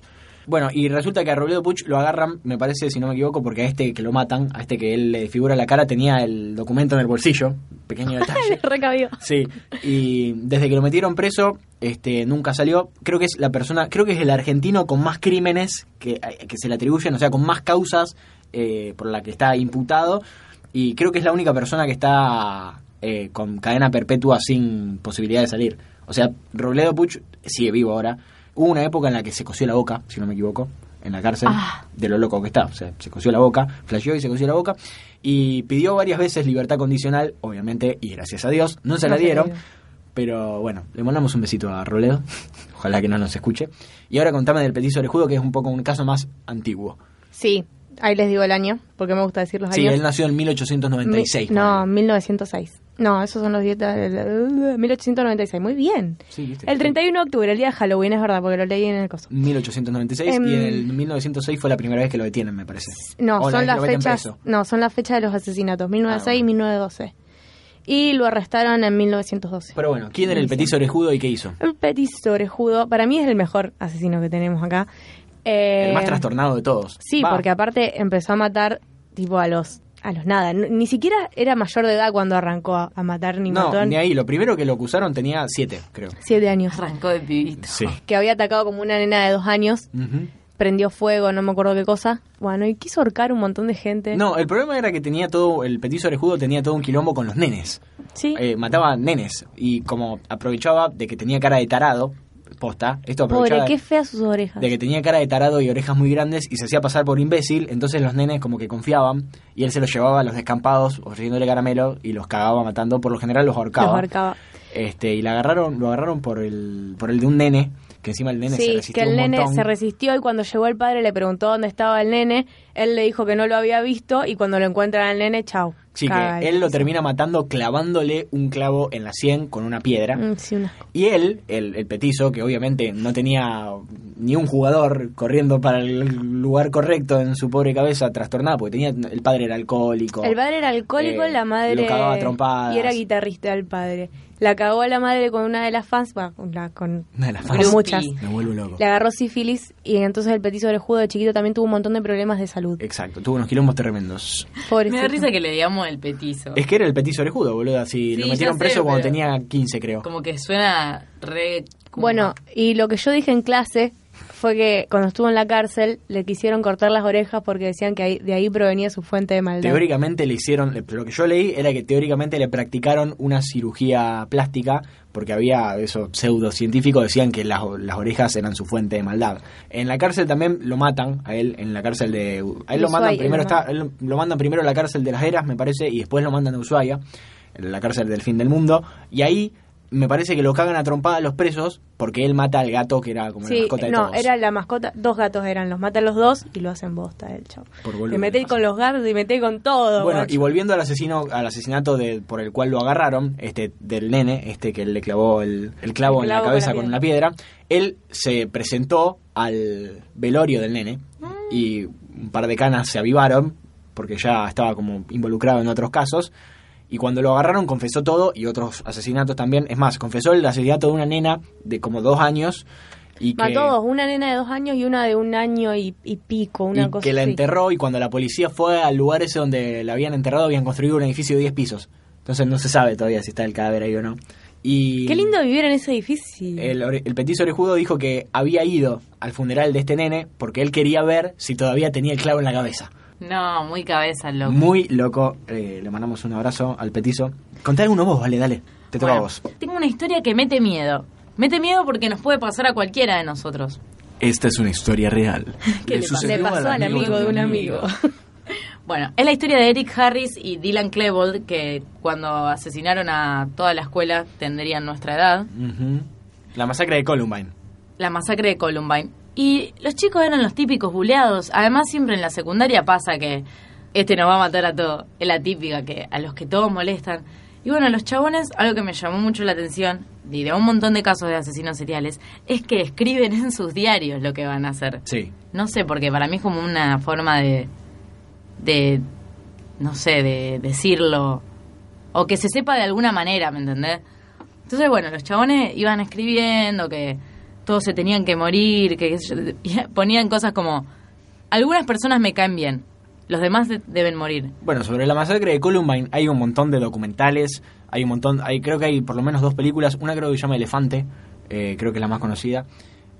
Speaker 1: Bueno, y resulta que a Robledo Puch lo agarran, me parece, si no me equivoco, porque a este que lo matan, a este que él le figura la cara, tenía el documento en el bolsillo. Pequeño detalle.
Speaker 2: Recabió.
Speaker 1: Sí, y desde que lo metieron preso, este, nunca salió. Creo que es la persona, creo que es el argentino con más crímenes que, eh, que se le atribuyen, o sea, con más causas eh, por la que está imputado. Y creo que es la única persona que está eh, con cadena perpetua sin posibilidad de salir. O sea, Robledo Puch sigue vivo ahora. Hubo una época en la que se cosió la boca, si no me equivoco, en la cárcel,
Speaker 3: Ah.
Speaker 1: de lo loco que está. O sea, se cosió la boca, flasheó y se cosió la boca. Y pidió varias veces libertad condicional, obviamente, y gracias a Dios, no se
Speaker 2: No
Speaker 1: la
Speaker 2: se
Speaker 1: dieron.
Speaker 2: la dio.
Speaker 1: Pero bueno, le mandamos un besito a Roledo. Ojalá que no nos escuche. Y ahora contame del petiso orejudo, que es un poco un caso más antiguo.
Speaker 2: Sí, ahí les digo el año, porque me gusta decir los
Speaker 1: Sí,
Speaker 2: años.
Speaker 1: él nació en 1896.
Speaker 2: Mi-
Speaker 1: ponele.
Speaker 2: no, 1906. No, esos son los días de- uh, 1896. Muy bien.
Speaker 1: Sí, viste.
Speaker 2: El 31 de octubre, el día de Halloween, es verdad, porque lo leí en el coso.
Speaker 1: 1896 y
Speaker 2: Em.
Speaker 1: en el 1906 fue la primera vez que lo detienen, me parece.
Speaker 2: No,
Speaker 1: O la
Speaker 2: son
Speaker 1: vez que
Speaker 2: las
Speaker 1: lo meten
Speaker 2: fechas.
Speaker 1: preso.
Speaker 2: No, son las fechas de los asesinatos, 1906 y
Speaker 1: Ah,
Speaker 2: 1912. Y lo arrestaron en 1912.
Speaker 1: Pero bueno, ¿quién era el petiso orejudo y qué hizo?
Speaker 2: El Petit Sobrejudo, para mí es el mejor asesino que tenemos acá. Eh,
Speaker 1: El más trastornado de todos.
Speaker 2: Sí,
Speaker 1: Va.
Speaker 2: porque aparte empezó a matar tipo a los a los nada. N- Ni siquiera era mayor de edad cuando arrancó a, a matar ni mató
Speaker 1: No,
Speaker 2: a-
Speaker 1: ni ahí. Lo primero que lo acusaron tenía siete, creo.
Speaker 2: siete años.
Speaker 3: Arrancó de pibito.
Speaker 1: Sí.
Speaker 2: Que había atacado como una nena de dos años,
Speaker 1: Ujú.
Speaker 2: prendió fuego, no me acuerdo qué cosa. Bueno, y quiso ahorcar un montón de gente.
Speaker 1: No, el problema era que tenía todo, el petiso orejudo tenía todo un quilombo con los nenes.
Speaker 2: Sí.
Speaker 1: eh, mataba nenes y como aprovechaba de que tenía cara de tarado, posta, esto
Speaker 2: Pobre,
Speaker 1: aprovechaba
Speaker 2: qué fea sus orejas.
Speaker 1: de que tenía cara de tarado y orejas muy grandes y se hacía pasar por imbécil, entonces los nenes como que confiaban y él se los llevaba a los descampados ofreciéndole caramelo y los cagaba matando, por lo general los
Speaker 2: Los
Speaker 1: ahorcaba.
Speaker 2: ahorcaba.
Speaker 1: Este, y la agarraron, lo agarraron por el por el de un nene, que encima el nene se
Speaker 2: Sí,
Speaker 1: resistió
Speaker 2: que el
Speaker 1: un
Speaker 2: nene
Speaker 1: montón.
Speaker 2: se resistió y cuando llegó el padre le preguntó dónde estaba el nene, él le dijo que no lo había visto y cuando lo encuentran al nene, chau.
Speaker 1: Sí,
Speaker 2: Caga
Speaker 1: que
Speaker 2: el
Speaker 1: él lo
Speaker 2: piso.
Speaker 1: termina matando clavándole un clavo en la sien con una piedra.
Speaker 2: Mm, sí, un asco.
Speaker 1: Y él, el, el petizo, que obviamente no tenía ni un jugador corriendo para el lugar correcto en su pobre cabeza trastornada, porque tenía el padre era alcohólico.
Speaker 2: El padre era alcohólico,
Speaker 1: Eh,
Speaker 2: la madre...
Speaker 1: lo cagaba a trompadas.
Speaker 2: Y era guitarrista el padre. la cagó a la madre con una de las fans, bah, con, la- con
Speaker 1: Una de las
Speaker 2: con
Speaker 1: fans.
Speaker 2: muchas.
Speaker 1: Me vuelvo loco.
Speaker 2: Le agarró sífilis y entonces el petiso del judo de chiquito también tuvo un montón de problemas de salud.
Speaker 1: Exacto, tuvo unos quilombos tremendos.
Speaker 2: Pobrecito.
Speaker 3: Me da risa que le digamos el petizo.
Speaker 1: Es que era el petiso orejudo, boludo. Así
Speaker 3: Sí,
Speaker 1: lo metieron
Speaker 3: ya sé,
Speaker 1: preso cuando
Speaker 3: pero-
Speaker 1: tenía 15, creo.
Speaker 3: Como que suena re... como-
Speaker 2: Bueno, y lo que yo dije en clase fue que cuando estuvo en la cárcel le quisieron cortar las orejas porque decían que ahí- de ahí provenía su fuente de maldad.
Speaker 1: Teóricamente le hicieron, le- lo que yo leí era que teóricamente le practicaron una cirugía plástica, porque había esos pseudocientíficos decían que las, o- las orejas eran su fuente de maldad. En la cárcel también lo matan a él, en la cárcel de... A él lo
Speaker 2: Ushuaia,
Speaker 1: mandan primero,
Speaker 2: ¿no?
Speaker 1: está, a él lo mandan primero a la cárcel de las Heras, me parece, y después lo mandan a Ushuaia, en la cárcel del fin del mundo, y ahí... Me parece que lo cagan a trompada a los presos porque él mata al gato que era como la
Speaker 2: Sí,
Speaker 1: mascota de
Speaker 2: no,
Speaker 1: todos.
Speaker 2: era la mascota, dos gatos eran, los matan los dos y lo hacen bosta el chavo.
Speaker 1: Por boludo,
Speaker 2: Te meté
Speaker 1: pasa.
Speaker 2: con los gatos y meté con todo.
Speaker 1: Bueno,
Speaker 2: guacho.
Speaker 1: y volviendo al asesino, al asesinato de, por el cual lo agarraron, este, del nene, este que le clavó el, el clavo
Speaker 2: El
Speaker 1: en la
Speaker 2: clavo
Speaker 1: cabeza
Speaker 2: con la
Speaker 1: con una piedra, él se presentó al velorio del nene y un par de canas se avivaron porque ya estaba como involucrado en otros casos. Y cuando lo agarraron confesó todo y otros asesinatos también. Es más, confesó el asesinato de una nena de como dos años y que,
Speaker 2: Mató dos, una nena de dos años y una de un año y, y pico, una
Speaker 1: y
Speaker 2: cosa
Speaker 1: que la
Speaker 2: así.
Speaker 1: enterró y cuando la policía fue al lugar ese donde la habían enterrado habían construido un edificio de 10 pisos. Entonces no se sabe todavía si está el cadáver ahí o no. Y
Speaker 2: Qué lindo vivir en ese edificio.
Speaker 1: El, ore- el petiso orejudo dijo que había ido al funeral de este nene porque él quería ver si todavía tenía el clavo en la cabeza.
Speaker 3: No, muy cabeza, loco.
Speaker 1: Muy loco. Eh, le mandamos un abrazo al petiso. Contá alguno vos, vale, dale. Te toca a
Speaker 3: Bueno,
Speaker 1: vos.
Speaker 3: Tengo una historia que mete miedo. Mete miedo porque nos puede pasar a cualquiera de nosotros.
Speaker 1: Esta es una historia real.
Speaker 3: ¿Qué Le le pasó? sucedió
Speaker 2: Le pasó al amigo de un amigo.
Speaker 3: Bueno, es la historia de Eric Harris y Dylan Klebold, que cuando asesinaron a toda la escuela tendrían nuestra edad.
Speaker 1: Ujú. La masacre de Columbine.
Speaker 3: la masacre de Columbine. Y los chicos eran los típicos buleados. Además, siempre en la secundaria pasa que este nos va a matar a todos. Es la típica, que a los que todos molestan. Y bueno, los chabones, algo que me llamó mucho la atención, y de un montón de casos de asesinos seriales, es que escriben en sus diarios lo que van a hacer.
Speaker 1: Sí.
Speaker 3: No sé, porque para mí es como una forma de. de. no sé, de decirlo. O que se sepa de alguna manera, ¿me entendés? Entonces, bueno, los chabones iban escribiendo que todos se tenían que morir, que qué sé yo, y ponían cosas como. Algunas personas me caen bien, los demás de- deben morir.
Speaker 1: Bueno, sobre la masacre de Columbine hay un montón de documentales, hay un montón, hay, creo que hay por lo menos dos películas, una creo que se llama Elefante, eh, creo que es la más conocida.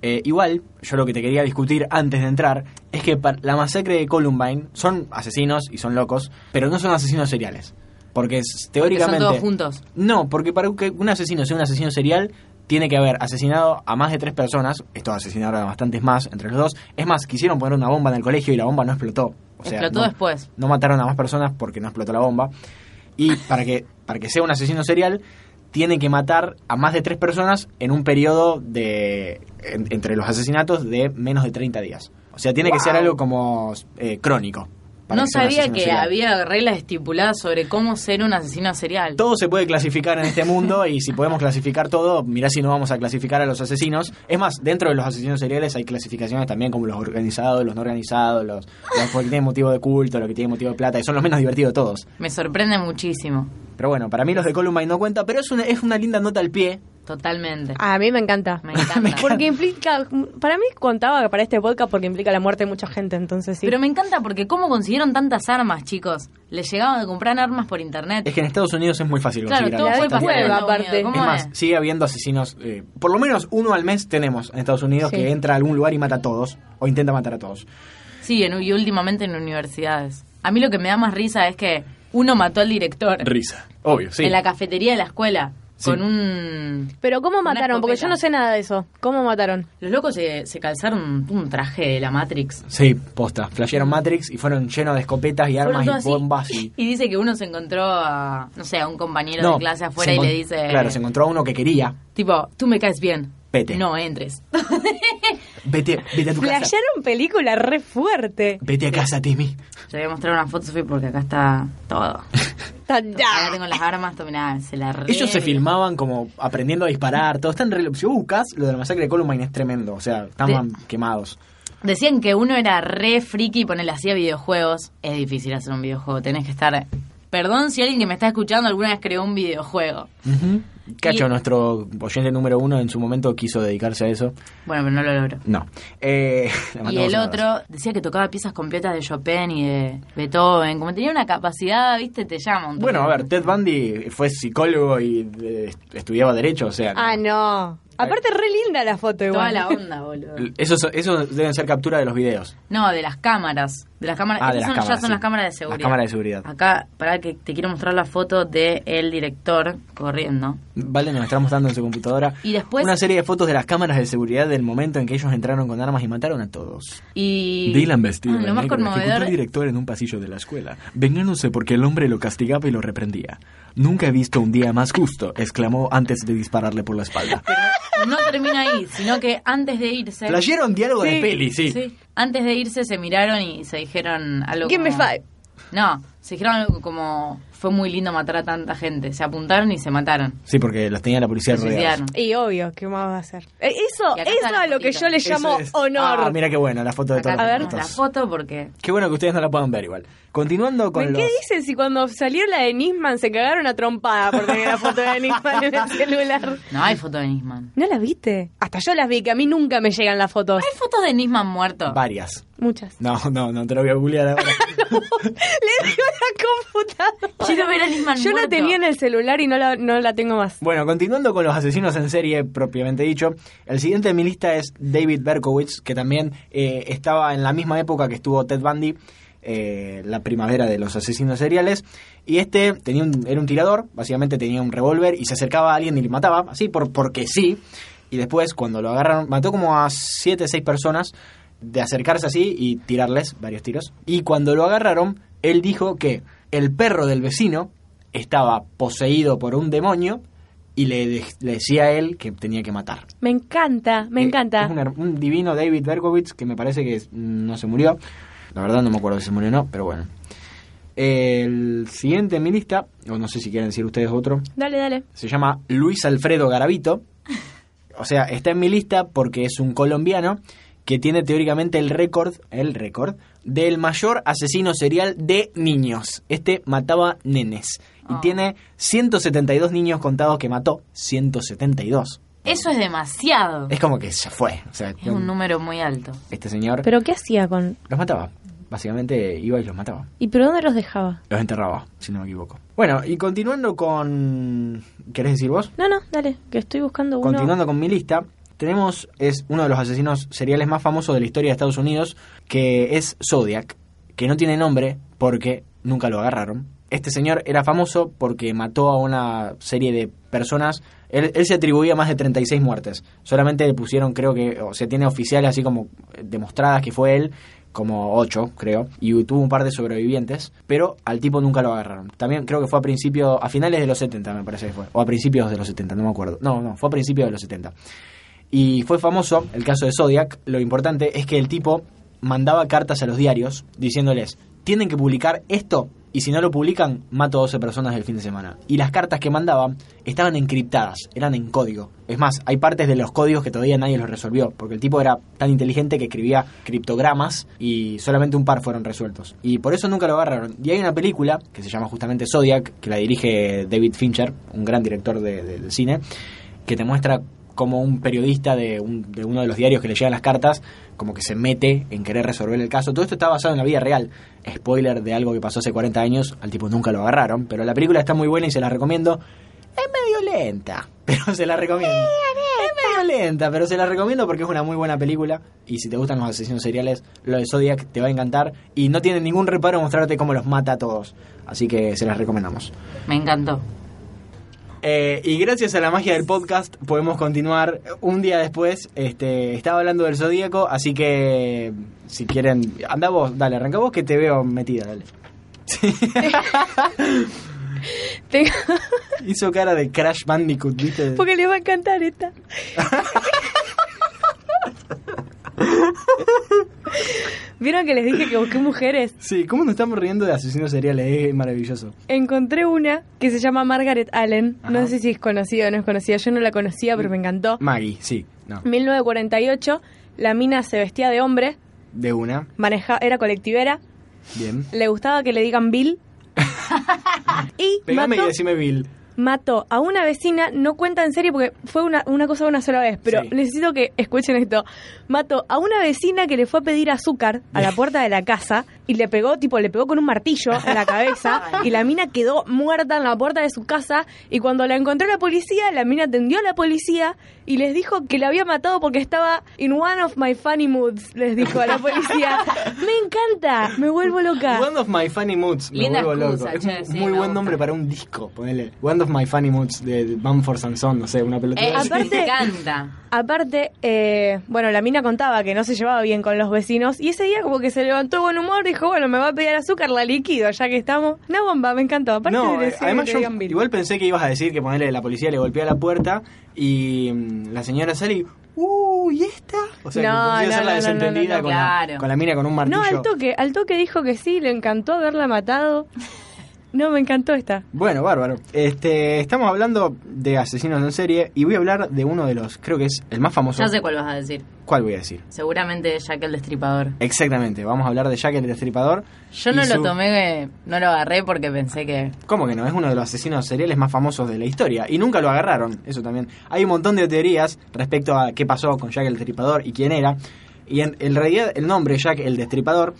Speaker 1: Eh, igual, yo lo que te quería discutir antes de entrar es que pa- la masacre de Columbine son asesinos y son locos, pero no son asesinos seriales. Porque es-
Speaker 3: Que son
Speaker 1: teóricamente...
Speaker 3: todos juntos.
Speaker 1: No, porque para que un asesino sea un asesino serial, tiene que haber asesinado a más de tres personas. Estos asesinaron a bastantes más entre los dos. Es más, quisieron poner una bomba en el colegio y la bomba no explotó. O sea,
Speaker 3: Explotó
Speaker 1: no-
Speaker 3: después.
Speaker 1: No mataron a más personas porque no explotó la bomba. Y para que, para que sea un asesino serial, tiene que matar a más de tres personas en un periodo de. en- entre los asesinatos de menos de 30 días. O sea, tiene que ser algo como eh, crónico. para
Speaker 3: No
Speaker 1: sea un
Speaker 3: sabía
Speaker 1: asesino
Speaker 3: que
Speaker 1: serial.
Speaker 3: había reglas estipuladas sobre cómo ser un asesino serial.
Speaker 1: Todo se puede clasificar en este mundo y si podemos clasificar todo, mirá si no vamos a clasificar a los asesinos. Es más, dentro de los asesinos seriales hay clasificaciones también como los organizados, los no organizados, los, los que tienen motivo de culto, los que tienen motivo de plata, y son los menos divertidos de todos.
Speaker 3: Me sorprende muchísimo.
Speaker 1: Pero bueno, para mí los de Columbine no cuenta, pero es una, es una linda nota al pie.
Speaker 3: Totalmente.
Speaker 1: Ah,
Speaker 2: A mí me encanta.
Speaker 3: Me encanta.
Speaker 2: Porque implica, para mí contaba que para este podcast porque implica la muerte de mucha gente, entonces sí.
Speaker 3: Pero me encanta porque cómo consiguieron tantas armas, chicos. Les llegaban a comprar armas por internet.
Speaker 1: Es que en Estados Unidos es muy fácil
Speaker 3: claro,
Speaker 1: conseguir
Speaker 3: todo
Speaker 1: armas
Speaker 3: fue
Speaker 1: bastante
Speaker 2: pasando.
Speaker 3: pastel.
Speaker 1: baratas.
Speaker 2: Bueno, aparte.
Speaker 1: Es
Speaker 3: ¿Cómo
Speaker 1: más,
Speaker 3: es?
Speaker 1: sigue habiendo asesinos, eh, por lo menos uno al mes tenemos en Estados Unidos
Speaker 2: Sí.
Speaker 1: que entra a algún lugar y mata a todos, o intenta matar a todos.
Speaker 3: Sí, en- y últimamente en universidades. A mí lo que me da más risa es que uno mató al director
Speaker 1: Risa. Obvio, sí.
Speaker 3: en la cafetería de la escuela
Speaker 1: Sí.
Speaker 3: con un...
Speaker 2: Pero ¿cómo
Speaker 3: Una
Speaker 2: mataron? Porque yo
Speaker 3: escopeta.
Speaker 2: no sé nada de eso. ¿Cómo mataron?
Speaker 3: Los locos se, se calzaron un, un traje de la Matrix.
Speaker 1: Sí, posta. Flashearon Matrix y fueron llenos de escopetas y
Speaker 3: Fueron
Speaker 1: armas
Speaker 3: todos
Speaker 1: y
Speaker 3: así.
Speaker 1: bombas. Y...
Speaker 3: Y dice que uno se encontró a, no sé, a un compañero
Speaker 1: No,
Speaker 3: de clase afuera
Speaker 1: se
Speaker 3: y le
Speaker 1: encon-
Speaker 3: dice,
Speaker 1: Claro, se encontró a uno que quería.
Speaker 3: tipo, tú me caes bien.
Speaker 1: Vete.
Speaker 3: No entres.
Speaker 1: Vete, vete a tu casa.
Speaker 2: Playaron película re fuerte.
Speaker 1: Vete a casa, Timmy.
Speaker 3: Yo voy a mostrar una foto, Sofi, porque acá está todo. Acá tengo las armas, toma, mirá, se la re-
Speaker 1: Ellos se filmaban como aprendiendo a disparar. Todo están re... Si vos buscas, lo de la masacre de Columbine es tremendo. O sea, estaban quemados.
Speaker 3: Decían que uno era re friki y ponerle hacía videojuegos. Es difícil hacer un videojuego, tenés que estar... Perdón si alguien que me está escuchando alguna vez creó un videojuego.
Speaker 1: Cacho,
Speaker 3: Y-
Speaker 1: nuestro oyente número uno, en su momento quiso dedicarse a eso.
Speaker 3: Bueno, pero no lo logró.
Speaker 1: No. Eh, le
Speaker 3: Y
Speaker 1: mandamos
Speaker 3: el
Speaker 1: un abrazo.
Speaker 3: otro decía que tocaba piezas completas de Chopin y de Beethoven. Como tenía una capacidad, viste, te llaman.
Speaker 1: Bueno, a ver, Ted Bundy fue psicólogo y eh, estudiaba Derecho, o sea.
Speaker 2: Ah, no. Aparte, re linda la foto
Speaker 3: Toda
Speaker 2: igual.
Speaker 3: la onda, boludo.
Speaker 1: Eso, eso deben ser captura de los videos.
Speaker 3: No, de las cámaras. De las cámaras.
Speaker 1: Ah, de las
Speaker 3: Estas son-
Speaker 1: cámaras,
Speaker 3: ya son
Speaker 1: sí.
Speaker 3: las cámaras de
Speaker 1: Las
Speaker 3: seguridad.
Speaker 1: cámaras de seguridad.
Speaker 3: Acá, para que te quiero mostrar la foto del el director corriendo.
Speaker 1: Vale, nos está mostrando en su computadora
Speaker 3: Y después-
Speaker 1: una serie de fotos de las cámaras de seguridad del momento en que ellos entraron con armas y mataron a todos.
Speaker 3: Y.
Speaker 1: Dylan vestido ¿eh?
Speaker 3: Ah,
Speaker 1: de
Speaker 3: lo más
Speaker 1: negro ejecutó al
Speaker 3: conmovedor.
Speaker 1: director en un pasillo de la escuela, vengándose porque el hombre lo castigaba y lo reprendía. Nunca he visto un día más justo, exclamó antes de dispararle por la espalda.
Speaker 3: No termina ahí, sino que antes de irse.
Speaker 1: Playeron diálogo de
Speaker 2: Sí,
Speaker 1: peli, sí.
Speaker 3: Sí. Antes de irse se miraron y se dijeron algo
Speaker 2: Give me
Speaker 3: como-
Speaker 2: five.
Speaker 3: No, se dijeron algo como... Fue muy lindo matar a tanta gente. Se apuntaron y se mataron.
Speaker 1: Sí, porque los tenía la policía
Speaker 3: Se
Speaker 1: rodeados.
Speaker 3: suicidaron.
Speaker 2: Y obvio, ¿qué más va a hacer? Eh, Eso,
Speaker 3: Y acá está
Speaker 2: eso
Speaker 3: la
Speaker 2: a lo que
Speaker 3: fotito.
Speaker 2: yo le
Speaker 1: Eso
Speaker 2: llamo
Speaker 1: es-
Speaker 2: honor.
Speaker 1: Ah, mira qué buena la foto de
Speaker 3: Acá
Speaker 1: todos
Speaker 2: A ver.
Speaker 3: tenemos
Speaker 1: estos.
Speaker 3: la foto porque...
Speaker 1: Qué bueno que ustedes no la puedan ver igual. Continuando con
Speaker 2: ¿Por
Speaker 1: los...
Speaker 2: ¿Qué dicen si cuando salió la de Nisman se cagaron a trompada por tener la foto de Nisman en el celular?
Speaker 3: No hay foto de Nisman.
Speaker 2: ¿No la viste? Hasta yo las vi, que a mí nunca me llegan las fotos.
Speaker 3: Hay fotos de Nisman muerto.
Speaker 1: Varias.
Speaker 2: Muchas.
Speaker 1: No, no, no te lo voy a googlear ahora.
Speaker 2: Le dio la computadora.
Speaker 3: Quiero ver a Nisman
Speaker 2: Yo la
Speaker 3: muerto.
Speaker 2: tenía en el celular y no la, no la tengo más.
Speaker 1: Bueno, continuando con los asesinos en serie propiamente dicho, el siguiente de mi lista es David Berkowitz, que también eh, estaba en la misma época que estuvo Ted Bundy, eh, la primavera de los asesinos seriales, y este tenía un, era un tirador, básicamente tenía un revólver y se acercaba a alguien y le mataba, así por, porque sí, y después cuando lo agarraron, mató como a 7, 6 personas de acercarse así y tirarles varios tiros, y cuando lo agarraron, él dijo que el perro del vecino estaba poseído por un demonio y le, de- le decía a él que tenía que matar.
Speaker 2: Me encanta, me
Speaker 1: Eh,
Speaker 2: encanta.
Speaker 1: Es un, her- un divino David Berkowitz que me parece que es- mm, no se murió. La verdad no me acuerdo si se murió o no, pero bueno. El siguiente en mi lista, o no sé si quieren decir ustedes otro,
Speaker 2: Dale, dale.
Speaker 1: se llama Luis Alfredo Garavito. O sea, está en mi lista porque es un colombiano que tiene teóricamente el récord, el récord, del mayor asesino serial de niños. Este mataba nenes. Y
Speaker 3: Ah.
Speaker 1: tiene 172 niños contados que mató. 172.
Speaker 3: Eso es demasiado.
Speaker 1: Es como que ya fue. O sea,
Speaker 3: Es un número muy alto.
Speaker 1: este señor
Speaker 2: ¿Pero qué hacía con...?
Speaker 1: los mataba. Básicamente iba y los mataba.
Speaker 2: ¿Y pero dónde los dejaba?
Speaker 1: Los enterraba, si no me equivoco. Bueno, y continuando con... ¿Querés decir vos?
Speaker 2: No, no, dale, que estoy buscando uno.
Speaker 1: Continuando con mi lista, tenemos, es uno de los asesinos seriales más famosos de la historia de Estados Unidos, que es Zodiac, que no tiene nombre porque nunca lo agarraron. Este señor era famoso porque mató a una serie de personas. Él, él se atribuía más de 36 muertes. Solamente le pusieron, creo que, o sea, tiene oficiales así como eh, demostradas que fue él, como 8, creo. Y tuvo un par de sobrevivientes, pero al tipo nunca lo agarraron. También creo que fue a principio, a finales de los 70, me parece que fue. O a principios de los 70, no me acuerdo. No, no, fue a principios de los 70. Y fue famoso el caso de Zodiac. Lo importante es que el tipo mandaba cartas a los diarios diciéndoles, tienen que publicar esto y si no lo publican, mato a 12 personas el fin de semana. Y las cartas que mandaban estaban encriptadas, eran en código. Es más, hay partes de los códigos que todavía nadie los resolvió, porque el tipo era tan inteligente que escribía criptogramas y solamente un par fueron resueltos. Y por eso nunca lo agarraron. Y hay una película que se llama justamente Zodiac, que la dirige David Fincher, un gran director de- de- del cine, que te muestra como un periodista de, un- de uno de los diarios que le llegan las cartas, como que se mete en querer resolver el caso. Todo esto está basado en la vida real. Spoiler de algo que pasó hace 40 años, al tipo nunca lo agarraron, pero la película está muy buena y se la recomiendo. Es medio lenta, pero se la recomiendo. Es medio lenta, pero se la recomiendo porque es una muy buena película. Y si te gustan los asesinos seriales, lo de Zodiac te va a encantar. Y no tiene ningún reparo en mostrarte cómo los mata a todos. Así que se las recomendamos.
Speaker 3: Me encantó.
Speaker 1: Eh, y gracias a la magia del podcast podemos continuar un día después. Este, estaba hablando del zodíaco, así que si quieren, anda vos, dale, arranca vos que te veo metida, dale.
Speaker 2: Tengo-
Speaker 1: Hizo cara de Crash Bandicoot, ¿viste?
Speaker 2: Porque le va a encantar esta. ¿Vieron que les dije que busqué mujeres?
Speaker 1: Sí, ¿cómo nos estamos riendo de asesinos seriales? Es maravilloso.
Speaker 2: Encontré una que se llama Margaret Allen.
Speaker 1: Ajá.
Speaker 2: No sé si es conocida o no es conocida. Yo no la conocía, pero me encantó.
Speaker 1: Maggie, sí, no.
Speaker 2: 1948, la mina se vestía de hombre,
Speaker 1: De una,
Speaker 2: maneja, era colectivera,
Speaker 1: bien.
Speaker 2: le gustaba que le digan Bill. y
Speaker 1: Pegame y
Speaker 2: mató,
Speaker 1: decime Bill.
Speaker 2: mató a una vecina, no cuenta en serio porque fue una, una cosa una sola vez, pero
Speaker 1: Sí.
Speaker 2: necesito que escuchen esto. Mató a una vecina que le fue a pedir azúcar a la puerta de la casa y le pegó, tipo, le pegó con un martillo en la cabeza y la mina quedó muerta en la puerta de su casa y cuando la encontró la policía, la mina atendió a la policía y les dijo que la había matado porque estaba in one of my funny moods, les dijo a la policía. Me encanta, me vuelvo loca.
Speaker 1: One of My Funny Moods, me
Speaker 3: Ah. Linda
Speaker 1: vuelvo
Speaker 3: excusa,
Speaker 1: loco. Es
Speaker 3: che,
Speaker 1: un
Speaker 3: sí,
Speaker 1: muy
Speaker 3: me
Speaker 1: buen
Speaker 3: gusta.
Speaker 1: nombre para un disco, ponele. One of My Funny Moods de Bamford Sanson, no sé, una pelota.
Speaker 3: Eh,
Speaker 1: así.
Speaker 2: aparte-
Speaker 3: Me encanta.
Speaker 2: Aparte, eh, bueno, la mina contaba que no se llevaba bien con los vecinos y ese día como que se levantó de buen humor, dijo, bueno, me va a pedir azúcar, la liquido, ya que estamos. Una bomba, me encantó. Aparte
Speaker 1: no,
Speaker 2: de
Speaker 1: eh,
Speaker 2: decir
Speaker 1: además
Speaker 2: que
Speaker 1: yo
Speaker 2: digan Bill.
Speaker 1: igual pensé que ibas a decir que ponele la policía le golpea la puerta y mm, la señora sale y ¡Uh! ¿Y esta? O sea,
Speaker 2: No,
Speaker 1: que
Speaker 2: no,
Speaker 1: hacer la
Speaker 2: no, no, no, no,
Speaker 1: desentendida
Speaker 3: no,
Speaker 1: con, la,
Speaker 3: claro.
Speaker 1: con la mina con un martillo.
Speaker 2: No, al toque, al toque dijo que sí, le encantó haberla matado. No, me encantó esta.
Speaker 1: Bueno, bárbaro. Este, estamos hablando de asesinos en serie y voy a hablar de uno de los, creo que es el más famoso.
Speaker 3: Ya sé cuál vas a decir.
Speaker 1: ¿Cuál voy a decir?
Speaker 3: Seguramente Jack el Destripador.
Speaker 1: Exactamente, vamos a hablar de Jack el Destripador.
Speaker 3: Yo
Speaker 1: y
Speaker 3: no lo
Speaker 1: su-
Speaker 3: tomé, eh, no lo agarré porque pensé que...
Speaker 1: ¿Cómo que no? Es uno de los asesinos seriales más famosos de la historia. Y nunca lo agarraron, eso también. Hay un montón de teorías respecto a qué pasó con Jack el Destripador y quién era. Y en, en realidad el nombre Jack el Destripador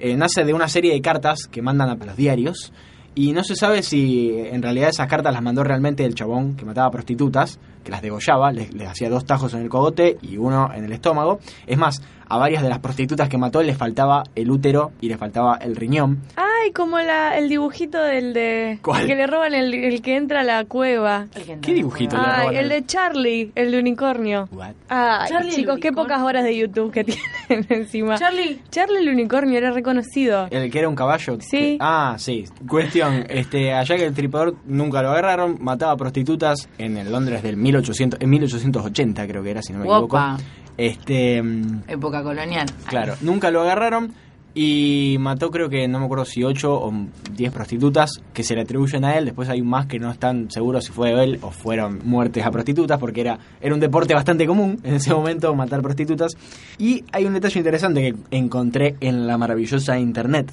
Speaker 1: eh, nace de una serie de cartas que mandan a los diarios. Y no se sabe si en realidad esas cartas las mandó realmente el chabón que mataba prostitutas, que las degollaba, les, les hacía dos tajos en el cogote y uno en el estómago. Es más, a varias de las prostitutas que mató les faltaba el útero y les faltaba el riñón.
Speaker 2: Ay, como la, el dibujito del de...
Speaker 1: ¿Cuál?
Speaker 2: Que le roban el, el que entra a la cueva.
Speaker 1: ¿Qué dibujito? le roban
Speaker 2: Ay, el
Speaker 1: el-
Speaker 2: de Charlie, el de unicornio. Ay,
Speaker 3: Charlie el
Speaker 2: chicos, qué
Speaker 3: unicornio.
Speaker 2: pocas horas de YouTube que tienen encima.
Speaker 3: Ah, Charlie.
Speaker 2: Charlie el unicornio era reconocido.
Speaker 1: El que era un caballo.
Speaker 2: Sí.
Speaker 1: Que- ah, sí. Cuestión, este, allá que el tripador nunca lo agarraron, mataba prostitutas en el Londres del 1800, en 1880 creo que era, si no me
Speaker 3: Guapa.
Speaker 1: equivoco. Este, mm,
Speaker 3: Época colonial.
Speaker 1: claro, nunca lo agarraron y mató creo que no me acuerdo si 8 o 10 prostitutas que se le atribuyen a él, después hay más que no están seguros si fue él o fueron muertes a prostitutas porque era era un deporte bastante común en ese momento matar prostitutas. Y hay un detalle interesante que encontré en la maravillosa internet.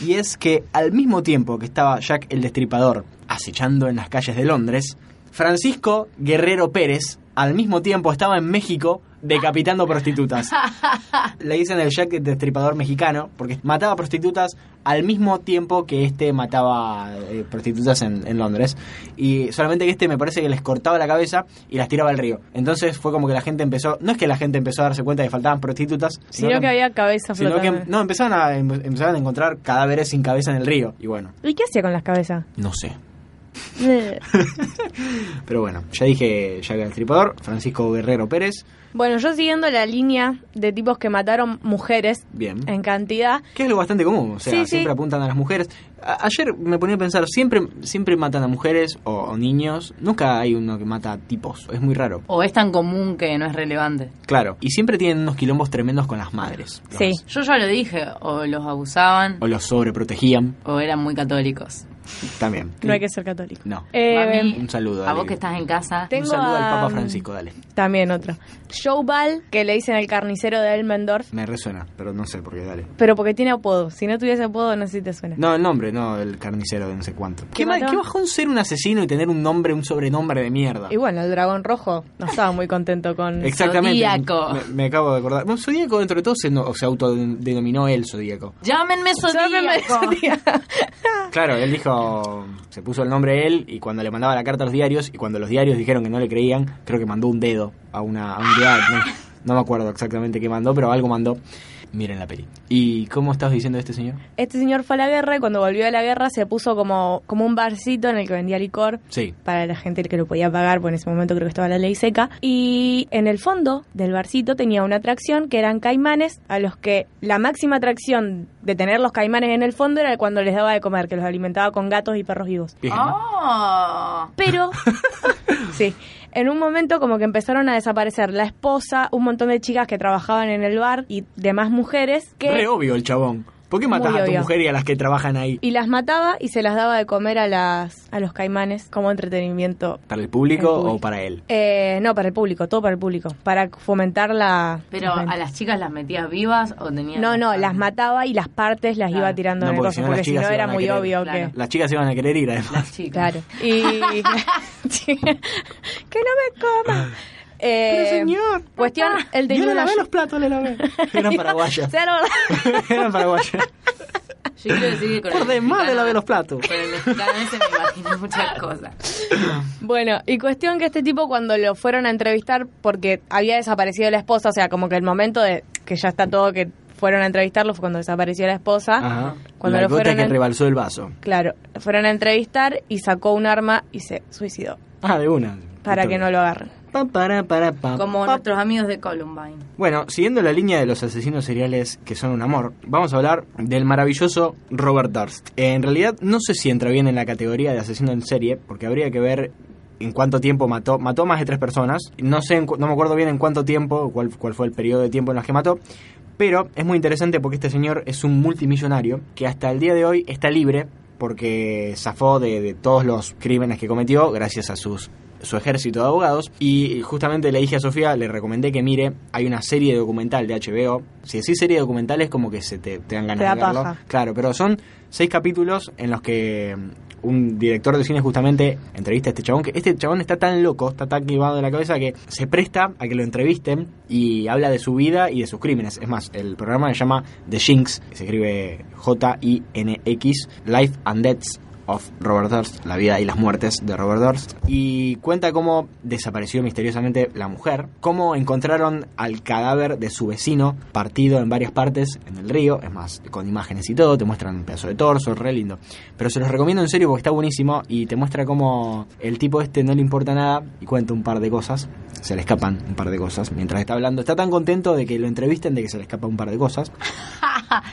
Speaker 1: Y es que al mismo tiempo que estaba Jack el Destripador acechando en las calles de Londres, Francisco Guerrero Pérez al mismo tiempo estaba en México decapitando prostitutas. Le dicen el Jack el Destripador mexicano porque mataba prostitutas al mismo tiempo que este mataba eh, prostitutas en, en Londres. Y solamente que este me parece que les cortaba la cabeza y las tiraba al río. Entonces fue como que la gente empezó, no es que la gente empezó a darse cuenta de que faltaban prostitutas,
Speaker 2: Sino que había cabeza
Speaker 1: Sino que,
Speaker 2: flotando.
Speaker 1: no, empezaron a, em- empezaron a encontrar cadáveres sin cabeza en el río. Y bueno,
Speaker 2: ¿Y qué hacía con las cabezas?
Speaker 1: no sé. Pero bueno, ya dije Jack el Destripador, Francisco Guerrero Pérez.
Speaker 2: bueno, yo siguiendo la línea de tipos que mataron mujeres
Speaker 1: Bien.
Speaker 2: en cantidad.
Speaker 1: Que es lo bastante común, o sea,
Speaker 2: Sí, sí.
Speaker 1: siempre apuntan a las mujeres. A- ayer me ponía a pensar, siempre, siempre matan a mujeres o, o niños. Nunca hay uno que mata a tipos, es muy raro.
Speaker 3: O es tan común que no es relevante.
Speaker 1: Claro. Y siempre tienen unos quilombos tremendos con las madres. Los-
Speaker 2: Sí.
Speaker 3: Yo ya lo dije, o los abusaban,
Speaker 1: O los sobreprotegían
Speaker 3: o eran muy católicos.
Speaker 1: también.
Speaker 2: No hay que ser católico.
Speaker 1: No.
Speaker 2: Eh,
Speaker 3: Mami.
Speaker 1: Un saludo.
Speaker 3: A
Speaker 1: dale.
Speaker 3: vos que estás en casa.
Speaker 2: Tengo
Speaker 1: Un saludo al
Speaker 2: a- um,
Speaker 1: Papa Francisco, dale.
Speaker 2: También otra. Joe Ball, que le dicen el carnicero de Elmendorf,
Speaker 1: Me resuena, pero no sé por qué, dale.
Speaker 2: pero porque tiene apodo. Si no tuviese apodo, no sé si te suena.
Speaker 1: No, el nombre, no el carnicero de no sé cuánto. Qué, mal-
Speaker 2: mató?
Speaker 1: qué bajón ser un asesino y tener un nombre, un sobrenombre de mierda.
Speaker 2: Y bueno, el dragón rojo no estaba muy contento con...
Speaker 1: Exactamente.
Speaker 3: Zodíaco.
Speaker 1: Me, me acabo de acordar. Bueno, Zodíaco, dentro de todo, se, no- se autodenominó él Zodíaco.
Speaker 3: Llámenme zodíaco.
Speaker 2: Ah.
Speaker 1: Claro, él dijo. Se puso el nombre él y cuando le mandaba la carta a los diarios y cuando los diarios dijeron que no le creían, creo que mandó un dedo a, una, a un diario. No, no me acuerdo exactamente qué mandó, pero algo mandó. Miren la peli. ¿Y cómo estás diciendo de este señor?
Speaker 2: Este señor fue a la guerra y cuando volvió de la guerra se puso como, como un barcito en el que vendía licor
Speaker 1: Sí.
Speaker 2: para la gente que lo podía pagar, porque en ese momento creo que estaba la ley seca. Y en el fondo del barcito tenía una atracción que eran caimanes, a los que la máxima atracción de tener los caimanes en el fondo era cuando les daba de comer, que los alimentaba con gatos y perros vivos.
Speaker 1: Bien, ¿no?
Speaker 3: Oh.
Speaker 2: Pero, sí, en un momento como que empezaron a desaparecer la esposa, un montón de chicas que trabajaban en el bar y demás mujeres que...
Speaker 1: Re obvio el chabón. ¿Por qué matas
Speaker 2: Muy
Speaker 1: a tu
Speaker 2: obvio.
Speaker 1: mujer y a las que trabajan ahí?
Speaker 2: Y las mataba y se las daba de comer a, las, a los caimanes como entretenimiento.
Speaker 1: ¿Para el público
Speaker 2: El público.
Speaker 1: o para él?
Speaker 2: Eh, no, para el público, todo para el público, para fomentar la...
Speaker 3: Pero
Speaker 2: la
Speaker 3: a las chicas las metías vivas o tenías...
Speaker 2: No, no, las
Speaker 3: matas
Speaker 2: mataba y las partes las
Speaker 3: Claro.
Speaker 2: iba tirando
Speaker 1: No,
Speaker 2: en el
Speaker 1: porque
Speaker 2: coso,
Speaker 1: si no las
Speaker 2: porque si no
Speaker 1: chicas se
Speaker 2: era
Speaker 1: van a
Speaker 2: muy
Speaker 1: querer,
Speaker 2: obvero obvio
Speaker 3: claro.
Speaker 2: que...
Speaker 1: Las chicas se van a querer ir,
Speaker 2: Eh,
Speaker 1: además.
Speaker 3: Las chicas.
Speaker 2: Claro. Y... Sí. que no me coma. Eh, Cuestión, el de
Speaker 1: platos, le lavé. Eran paraguayas. Eran paraguayas.
Speaker 3: Yo quiero decir que con
Speaker 1: Por
Speaker 3: el
Speaker 1: demás le
Speaker 3: mexicano-
Speaker 1: lavé los platos.
Speaker 3: Con el mexicano ese me imaginé muchas cosas.
Speaker 2: Bueno, y cuestión que este tipo cuando lo fueron a entrevistar, porque había desaparecido la esposa, o sea, como que el momento de que ya está todo, que fueron a entrevistarlo fue cuando desapareció la esposa.
Speaker 1: Ajá.
Speaker 2: Ah, Cuando
Speaker 1: la
Speaker 2: lo
Speaker 1: gota
Speaker 2: fueron
Speaker 1: que
Speaker 2: en-
Speaker 1: rebalsó el vaso.
Speaker 2: Claro, fueron a entrevistar y sacó un arma y se suicidó
Speaker 1: Ah, de una.
Speaker 2: para que no lo agarren.
Speaker 1: Pa, para, para, pa,
Speaker 3: Como
Speaker 1: pa.
Speaker 3: nuestros amigos de Columbine.
Speaker 1: Bueno, siguiendo la línea de los asesinos seriales que son un amor, vamos a hablar del maravilloso Robert Durst. En realidad no sé si entra bien en la categoría de asesino en serie, porque habría que ver en cuánto tiempo mató. Mató más de tres personas. No sé, en cu- no me acuerdo bien en cuánto tiempo, cuál, cuál fue el periodo de tiempo en las que mató. Pero es muy interesante porque este señor es un multimillonario que hasta el día de hoy está libre porque zafó de, de todos los crímenes que cometió gracias a sus su ejército de abogados y justamente le dije a Sofía, le recomendé que mire, hay una serie documental de HBO, si decís serie documental es como que se te, te dan ganas
Speaker 2: Te da
Speaker 1: de verlo,
Speaker 2: paja.
Speaker 1: claro, pero son seis capítulos en los que mm, un director de cine justamente entrevista a este chabón, que este chabón está tan loco, está tan quemado de la cabeza que se presta a que lo entrevisten y habla de su vida y de sus crímenes. Es más, el programa se llama The Jinx, que se escribe J-I-N-X, Life and Deaths of Robert Durst, la vida y las muertes de Robert Durst, y cuenta cómo desapareció misteriosamente la mujer, cómo encontraron al cadáver de su vecino partido en varias partes en el río, es más, con imágenes y todo, te muestran un pedazo de torso, re lindo, pero se los recomiendo en serio porque está buenísimo y te muestra cómo el tipo este no le importa nada y cuenta un par de cosas, se le escapan un par de cosas mientras está hablando, está tan contento de que lo entrevisten de que se le escapa un par de cosas.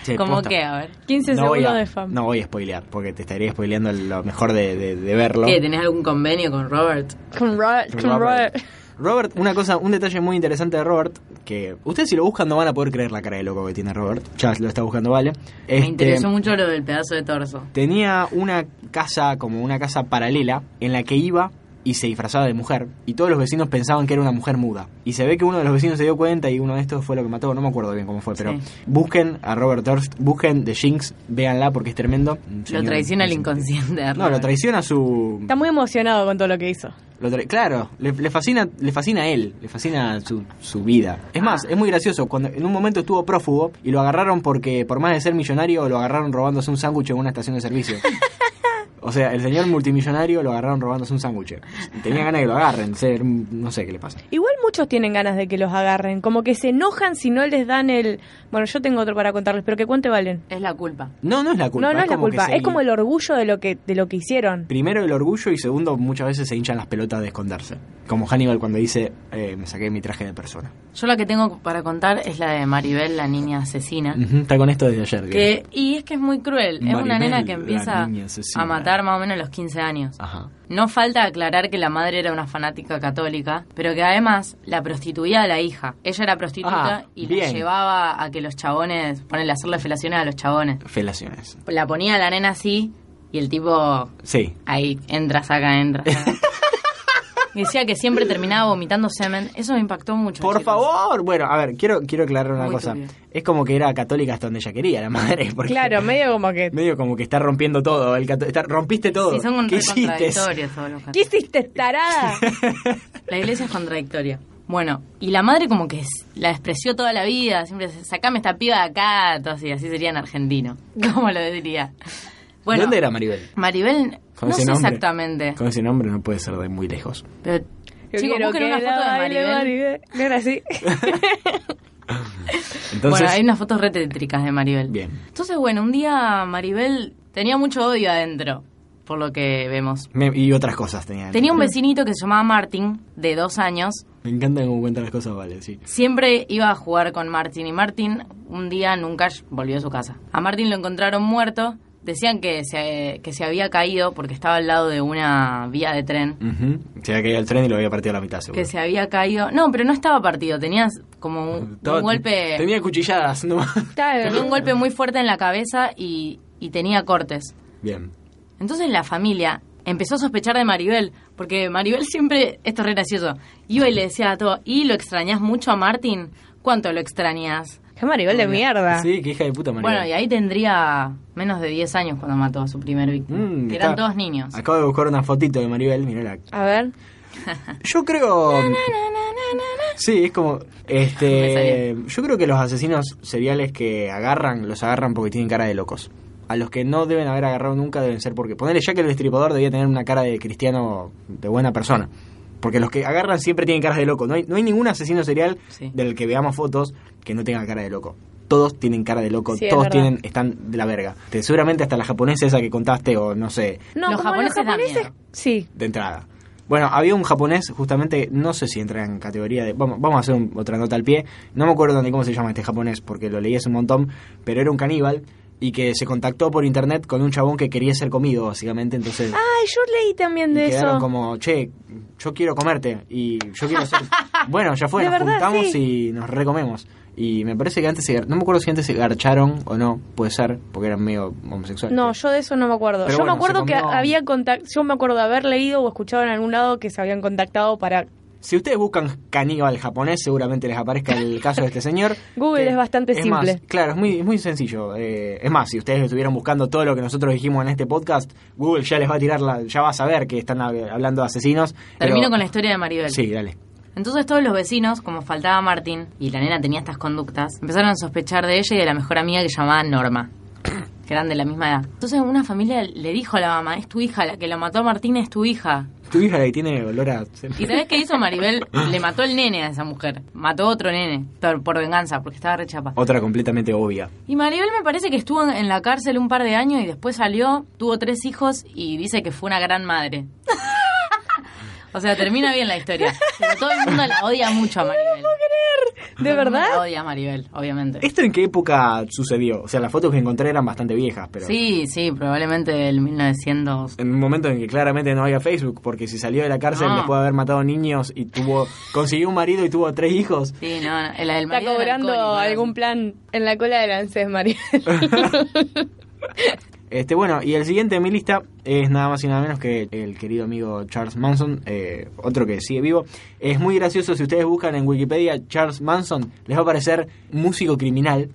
Speaker 1: Che,
Speaker 3: ¿Cómo
Speaker 1: posta.
Speaker 3: que? A ver.
Speaker 2: 15
Speaker 1: No voy,
Speaker 2: segundos
Speaker 1: a,
Speaker 2: de fama.
Speaker 1: no voy a spoilear, porque te estaría spoileando lo mejor de, de- de verlo.
Speaker 3: ¿Qué? ¿Tenés algún convenio con Robert?
Speaker 2: Con Robert, con Robert.
Speaker 1: Robert, una cosa, un detalle muy interesante de Robert, que ustedes si lo buscan no van a poder creer la cara de loco que tiene Robert. Ya lo está buscando, vale.
Speaker 3: Me
Speaker 1: Este,
Speaker 3: interesó mucho lo del pedazo de torso.
Speaker 1: Tenía una casa, como una casa paralela, en la que iba y se disfrazaba de mujer. Y todos los vecinos pensaban que era una mujer muda. Y se ve que uno de los vecinos se dio cuenta y uno de estos fue lo que mató. No me acuerdo bien cómo fue, pero
Speaker 3: Sí.
Speaker 1: busquen a Robert Durst, busquen The Jinx, véanla porque es tremendo. Un
Speaker 3: Lo
Speaker 1: señor-
Speaker 3: traiciona el
Speaker 1: un-
Speaker 3: inconsciente. de
Speaker 1: No, lo
Speaker 3: Robert.
Speaker 1: traiciona su.
Speaker 2: Está muy emocionado con todo lo que hizo.
Speaker 1: lo tra- claro, le, le fascina, le fascina a él, le fascina su, su vida. Es más,
Speaker 2: Ah.
Speaker 1: es muy gracioso. Cuando en un momento estuvo prófugo y lo agarraron porque, por más de ser millonario, lo agarraron robándose un sándwich en una estación de servicio. O sea, el señor multimillonario lo agarraron robándose un sándwich. Tenía ganas de que lo agarren, ser- no sé qué le pasa.
Speaker 2: Igual muchos tienen ganas de que los agarren, como que se enojan si no les dan el... Bueno, yo tengo otro para contarles, pero que cuente Valen.
Speaker 3: Es la culpa.
Speaker 1: No, no es la culpa.
Speaker 2: no, no es la
Speaker 1: como que
Speaker 2: culpa,
Speaker 1: se-
Speaker 2: es como el orgullo de lo que de lo que hicieron.
Speaker 1: Primero el orgullo y segundo muchas veces se hinchan las pelotas de esconderse. Como Hannibal cuando dice, eh, me saqué mi traje de persona.
Speaker 3: Yo la que tengo para contar es la de Maribel, la niña
Speaker 2: Ah.
Speaker 3: asesina.
Speaker 1: Ujú, Está con esto desde ayer. digamos.
Speaker 3: Que, y es que es muy cruel. es una
Speaker 1: Mm. Maribel,
Speaker 3: nena que
Speaker 1: la
Speaker 3: empieza
Speaker 1: niña asesina. Ah.
Speaker 3: a matar más o menos a los 15 años.
Speaker 1: Ajá.
Speaker 3: No falta aclarar que la madre era una fanática católica, pero que además la prostituía a la hija. Ella era prostituta
Speaker 1: Ah,
Speaker 3: y la
Speaker 1: bien.
Speaker 3: llevaba a que los chabones, ponerle a hacerle felaciones a los chabones.
Speaker 1: Felaciones.
Speaker 3: La ponía a la nena así y el tipo
Speaker 1: Sí.
Speaker 3: ahí entra, saca, entra. saca. Decía que siempre terminaba vomitando semen. Eso me impactó mucho.
Speaker 1: Por
Speaker 3: chicos.
Speaker 1: favor, bueno, a ver, quiero, quiero aclarar una
Speaker 3: Muy
Speaker 1: cosa.
Speaker 3: turbio.
Speaker 1: Es como que era católica hasta donde ella quería, la madre. Porque
Speaker 2: Claro, medio como que...
Speaker 1: Medio como que está rompiendo todo. El cató- está- rompiste todo.
Speaker 3: Sí, son
Speaker 1: ¿Qué
Speaker 3: re
Speaker 1: hiciste?
Speaker 3: contradictorios todos los católicos.
Speaker 2: ¿Qué hiciste, tarada?
Speaker 3: La iglesia es contradictoria. Bueno, y la madre como que es- la despreció toda la vida, siempre sacame esta piba de acá, todo así, así sería en argentino. ¿Cómo lo diría? Bueno,
Speaker 1: ¿Dónde era Maribel?
Speaker 3: Maribel,
Speaker 1: Con
Speaker 3: no
Speaker 1: ese
Speaker 3: sé
Speaker 1: nombre.
Speaker 3: exactamente.
Speaker 1: Con ese nombre no puede ser de muy lejos.
Speaker 3: Pero,
Speaker 2: Yo
Speaker 3: chicos,
Speaker 2: quiero
Speaker 3: busquen
Speaker 2: que
Speaker 3: una
Speaker 2: la
Speaker 3: foto de
Speaker 2: baile
Speaker 3: Maribel.
Speaker 2: Maribel. No era así.
Speaker 1: Entonces,
Speaker 3: bueno, hay unas fotos re tétricas de Maribel.
Speaker 1: bien.
Speaker 3: Entonces, bueno, un día Maribel tenía mucho odio adentro, por lo que vemos.
Speaker 1: Me- y otras cosas tenía.
Speaker 3: Tenía un vecinito que se llamaba Martín, de dos años,
Speaker 1: Me encanta cómo cuentan las cosas, vale, sí.
Speaker 3: Siempre iba a jugar con Martin y Martin un día nunca volvió a su casa. A Martin lo encontraron muerto decían que se, que se había caído porque estaba al lado de una vía de
Speaker 1: Mm,
Speaker 3: tren.
Speaker 1: Ujú. Se había caído el tren y lo había partido a la mitad, seguro.
Speaker 3: Que se había caído. No, pero no estaba partido. Tenías como un,
Speaker 1: Estaba-
Speaker 3: un golpe.
Speaker 1: Tenía cuchilladas nomás.
Speaker 3: tenía
Speaker 2: Claro.
Speaker 3: un golpe muy fuerte en la cabeza y, y tenía cortes.
Speaker 1: Bien.
Speaker 3: Entonces la familia empezó a sospechar de Maribel, porque Maribel siempre, esto es re gracioso, iba y le decía a todo, ¿y lo extrañas mucho a Martín? ¿Cuánto lo extrañas?
Speaker 2: Qué maribel de mierda.
Speaker 1: Sí, qué hija de puta, María.
Speaker 3: Bueno, y ahí tendría menos de 10 años cuando mató a su primer víctima.
Speaker 1: Mm,
Speaker 3: que
Speaker 1: está-
Speaker 3: eran todos niños.
Speaker 1: Acabo de buscar una fotito de Maribel, mirá la...
Speaker 2: A ver.
Speaker 3: Ah.
Speaker 1: Yo creo... Sí, es como...
Speaker 3: Me
Speaker 1: Este,
Speaker 3: salió.
Speaker 1: yo creo que los asesinos seriales que agarran, los agarran porque tienen cara de locos. A los que no deben haber agarrado nunca deben ser porque... Ponele ya que el destripador debía tener una cara de cristiano, de buena persona. Porque los que agarran siempre tienen caras de loco. No hay, no hay ningún asesino serial
Speaker 3: Sí.
Speaker 1: del que veamos fotos que no tenga cara de loco. Todos tienen cara de loco,
Speaker 2: Sí, es
Speaker 1: todos
Speaker 2: verdad.
Speaker 1: tienen están de la verga. Te- seguramente hasta la japonesa esa que contaste o no sé,
Speaker 2: No,
Speaker 3: Los
Speaker 2: como
Speaker 3: japoneses
Speaker 2: los
Speaker 3: dan
Speaker 2: japoneses.
Speaker 3: miedo.
Speaker 2: Sí.
Speaker 1: de entrada. Bueno, había un japonés, justamente, no sé si entra en categoría de... Vamos, vamos a hacer un- otra nota al pie. No me acuerdo ni cómo se llama este japonés, porque lo leí hace un montón, pero era un caníbal y que se contactó por internet con un chabón que quería ser comido, básicamente, entonces...
Speaker 2: Ay, yo leí también
Speaker 1: y
Speaker 2: Ah, de
Speaker 1: quedaron
Speaker 2: eso.
Speaker 1: como, che, yo quiero comerte y yo quiero ser... bueno, ya fue,
Speaker 2: De
Speaker 1: nos
Speaker 2: verdad,
Speaker 1: juntamos
Speaker 2: sí.
Speaker 1: y nos recomemos. Y me parece que antes se... gar- No me acuerdo si antes se garcharon o no, puede ser, porque eran medio homosexuales.
Speaker 2: No, yo de eso no me acuerdo.
Speaker 1: Pero
Speaker 2: yo
Speaker 1: bueno,
Speaker 2: me acuerdo
Speaker 1: se
Speaker 2: que
Speaker 1: comió-
Speaker 2: había contact yo me acuerdo de haber leído o escuchado en algún lado que se habían contactado para
Speaker 1: Si ustedes buscan caníbal japonés, seguramente les aparezca el caso de este señor.
Speaker 2: Google
Speaker 1: Que
Speaker 2: es bastante
Speaker 1: más,
Speaker 2: simple.
Speaker 1: claro, es muy, es muy sencillo. Eh, es más, si ustedes estuvieran buscando todo lo que nosotros dijimos en este podcast, Google ya les va a tirar la, ya va a saber que están hab- hablando de asesinos. pero-
Speaker 3: Termino con la historia de Maribel.
Speaker 1: Sí, dale.
Speaker 3: Entonces todos los vecinos, como faltaba Martín y la nena tenía estas conductas, empezaron a sospechar de ella y de la mejor amiga que llamaba Norma, que eran de la misma edad. Entonces una familia le dijo a la mamá, es tu hija, la que la mató a Martín es tu hija.
Speaker 1: Tu hija ahí tiene olor a.
Speaker 3: ¿Y sabes qué hizo Maribel? Le mató el nene a esa mujer. Mató a otro nene por, por venganza, porque estaba re chapa.
Speaker 1: Otra completamente obvia.
Speaker 3: Y Maribel me parece que estuvo en- en la cárcel un par de años y después salió, tuvo tres hijos y dice que fue una gran madre. O sea, termina bien la historia. Pero todo el mundo la odia mucho a
Speaker 2: ¿De
Speaker 3: Maribel. Todo el mundo Ah, La
Speaker 2: verdad?
Speaker 3: odia a Maribel, obviamente.
Speaker 1: ¿Esto en qué época sucedió? O sea, las fotos que encontré eran bastante viejas, pero.
Speaker 3: Sí, sí, probablemente del 1900.
Speaker 1: En un momento en que claramente no había Facebook, porque si salió de la cárcel
Speaker 3: No.
Speaker 1: después de haber matado niños y tuvo. consiguió un marido y tuvo tres hijos.
Speaker 3: Sí, no, no, el, el
Speaker 2: Está
Speaker 3: marido era
Speaker 2: cobrando
Speaker 3: alcohólico, era-
Speaker 2: algún plan en la cola del ANSES, María.
Speaker 1: Este, bueno, y el siguiente en mi lista es nada más y nada menos que el querido amigo Charles Manson, eh, otro que sigue vivo. Es muy gracioso, si ustedes buscan en Wikipedia Charles Manson, les va a aparecer músico criminal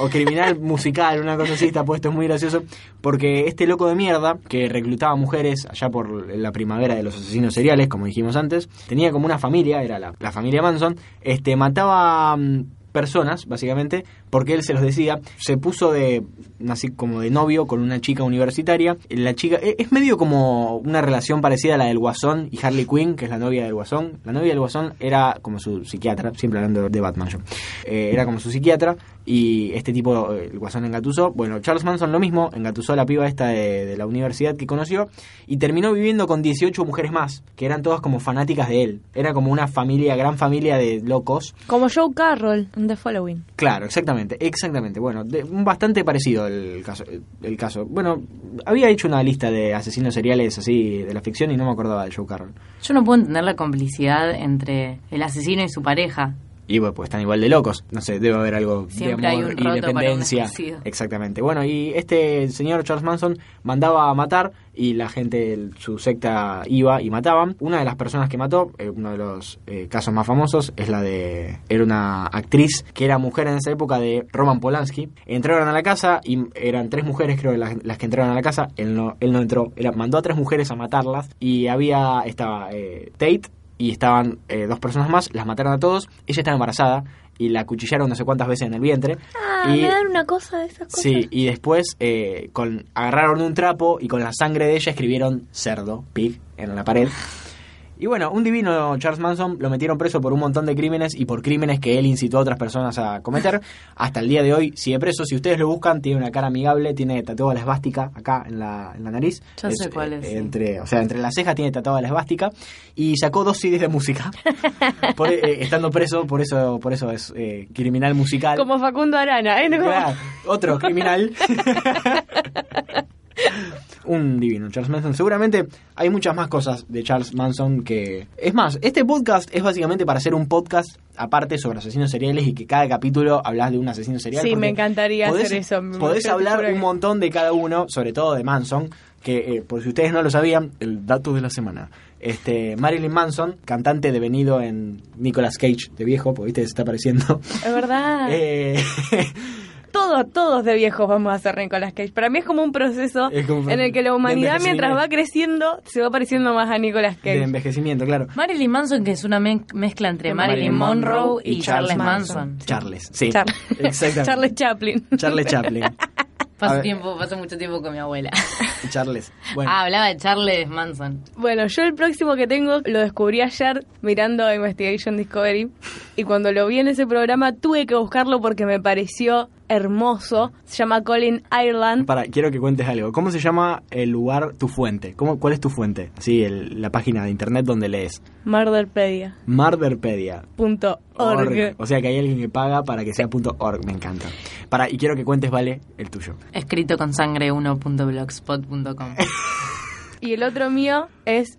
Speaker 1: o, o criminal musical, una cosa así está puesto, es muy gracioso, porque este loco de mierda que reclutaba mujeres allá por la primavera de los asesinos seriales, como dijimos antes, tenía como una familia, era la, la familia Manson, este, mataba... mm, personas, básicamente, porque él se los decía, se puso de así como de novio con una chica universitaria. La chica e- es medio como una relación parecida a la del Guasón y Harley Quinn, que es la novia del Guasón. La novia del Guasón era como su psiquiatra, siempre hablando de Batman yo. Eh, era como su psiquiatra y este tipo, eh, el Guasón engatusó. Bueno, Charles Manson lo mismo, engatusó a la piba esta de, de la universidad que conoció y terminó viviendo con 18 mujeres más, que eran todas como fanáticas de él. Era como una familia, gran familia de locos.
Speaker 2: Como Joe Carroll, The Following.
Speaker 1: Claro, exactamente, exactamente. Bueno, de- bastante parecido el caso, el caso. Bueno, había hecho una lista de asesinos seriales así de la ficción y no me acordaba de Joe Carroll.
Speaker 3: Yo no puedo entender la complicidad entre el asesino y su pareja.
Speaker 1: Y bueno, pues están igual de locos. No sé, debe haber algo
Speaker 3: Siempre
Speaker 1: de
Speaker 3: hay
Speaker 1: amor
Speaker 3: un
Speaker 1: y
Speaker 3: roto para un
Speaker 1: dependencia.
Speaker 3: desconocido.
Speaker 1: Exactamente. Bueno, y este señor Charles Manson mandaba a matar y la gente, el- su secta iba y mataban. Una de las personas que mató, eh, uno de los eh, casos más famosos, es la de... Era una actriz que era mujer en esa época de Roman Polanski. Entraron a la casa y eran tres mujeres, creo, las, las que entraron a la casa. Él no, él no entró. Era, mandó a tres mujeres a matarlas y había... Estaba eh, Tate y estaban eh, dos personas más, las mataron a todos, ella estaba embarazada y la cuchillaron no sé cuántas veces en el vientre.
Speaker 2: Ah,
Speaker 1: y,
Speaker 2: me dan una cosa de esas cosas.
Speaker 1: sí, y después eh, con, agarraron un trapo y con la sangre de ella escribieron cerdo, pig, en la pared. Y bueno, un divino Charles Manson lo metieron preso por un montón de crímenes y por crímenes que él incitó a otras personas a cometer. Hasta el día de hoy sigue preso. Si ustedes lo buscan, tiene una cara amigable, tiene tatuada la esvástica acá en la, en la nariz. eh,
Speaker 3: Yo sé cuál es, sí.
Speaker 1: Entre, o sea, entre las cejas tiene tatuada la esvástica. Y sacó dos CDs de música. por, eh, estando preso, por eso, por eso es eh, criminal musical.
Speaker 2: Como Facundo Arana, ¿eh? Como-
Speaker 1: Claro, otro criminal. Un divino Charles Manson. Seguramente hay muchas más cosas de Charles Manson que... Es más, este podcast es básicamente para hacer un podcast aparte sobre asesinos seriales y que cada capítulo hablas de un asesino serial.
Speaker 2: Sí,
Speaker 1: porque
Speaker 2: me encantaría
Speaker 1: podés-
Speaker 2: hacer eso. me-
Speaker 1: Podés
Speaker 2: yo te
Speaker 1: hablar
Speaker 2: juro
Speaker 1: un
Speaker 2: que-
Speaker 1: montón de cada uno, sobre todo de Manson, que eh, por si ustedes no lo sabían, el dato de la semana. Este, Marilyn Manson, cantante devenido en Nicolas Cage de viejo, porque viste, se está apareciendo.
Speaker 2: Es verdad.
Speaker 1: Eh,
Speaker 2: todos, todos de viejos vamos a hacer Nicolas Cage. Para mí es como un proceso
Speaker 1: Es como un
Speaker 2: en el que la
Speaker 1: de
Speaker 2: humanidad, mientras
Speaker 1: envejecimiento.
Speaker 2: va creciendo, se va pareciendo más a Nicolas
Speaker 1: de
Speaker 2: Cage.
Speaker 1: envejecimiento, claro.
Speaker 3: Marilyn Manson, que es una men- mezcla entre Marilyn Monroe y Charles Manson.
Speaker 1: Charles, sí.
Speaker 2: Char-
Speaker 1: Exactamente.
Speaker 2: Charles Chaplin.
Speaker 1: Charles Chaplin. A
Speaker 3: Paso
Speaker 1: ver.
Speaker 3: tiempo, paso mucho tiempo con mi abuela.
Speaker 1: Charles. Bueno,
Speaker 3: Ah, hablaba de Charles Manson.
Speaker 2: Bueno, yo el próximo que tengo lo descubrí ayer mirando Investigation Discovery y cuando lo vi en ese programa tuve que buscarlo porque me pareció hermoso. Se llama Colin Ireland.
Speaker 1: para, quiero que cuentes algo. ¿Cómo se llama el lugar, tu fuente? ¿Cómo, ¿Cuál es tu fuente? Sí, el- la página de internet donde lees.
Speaker 2: Murderpedia.org.
Speaker 1: Murderpedia.org. O sea que hay alguien que paga para que sea punto .org. Me encanta. Para, y quiero que cuentes, vale, el tuyo.
Speaker 3: Escrito con sangre 1.blogspot.com.
Speaker 2: Y el otro mío es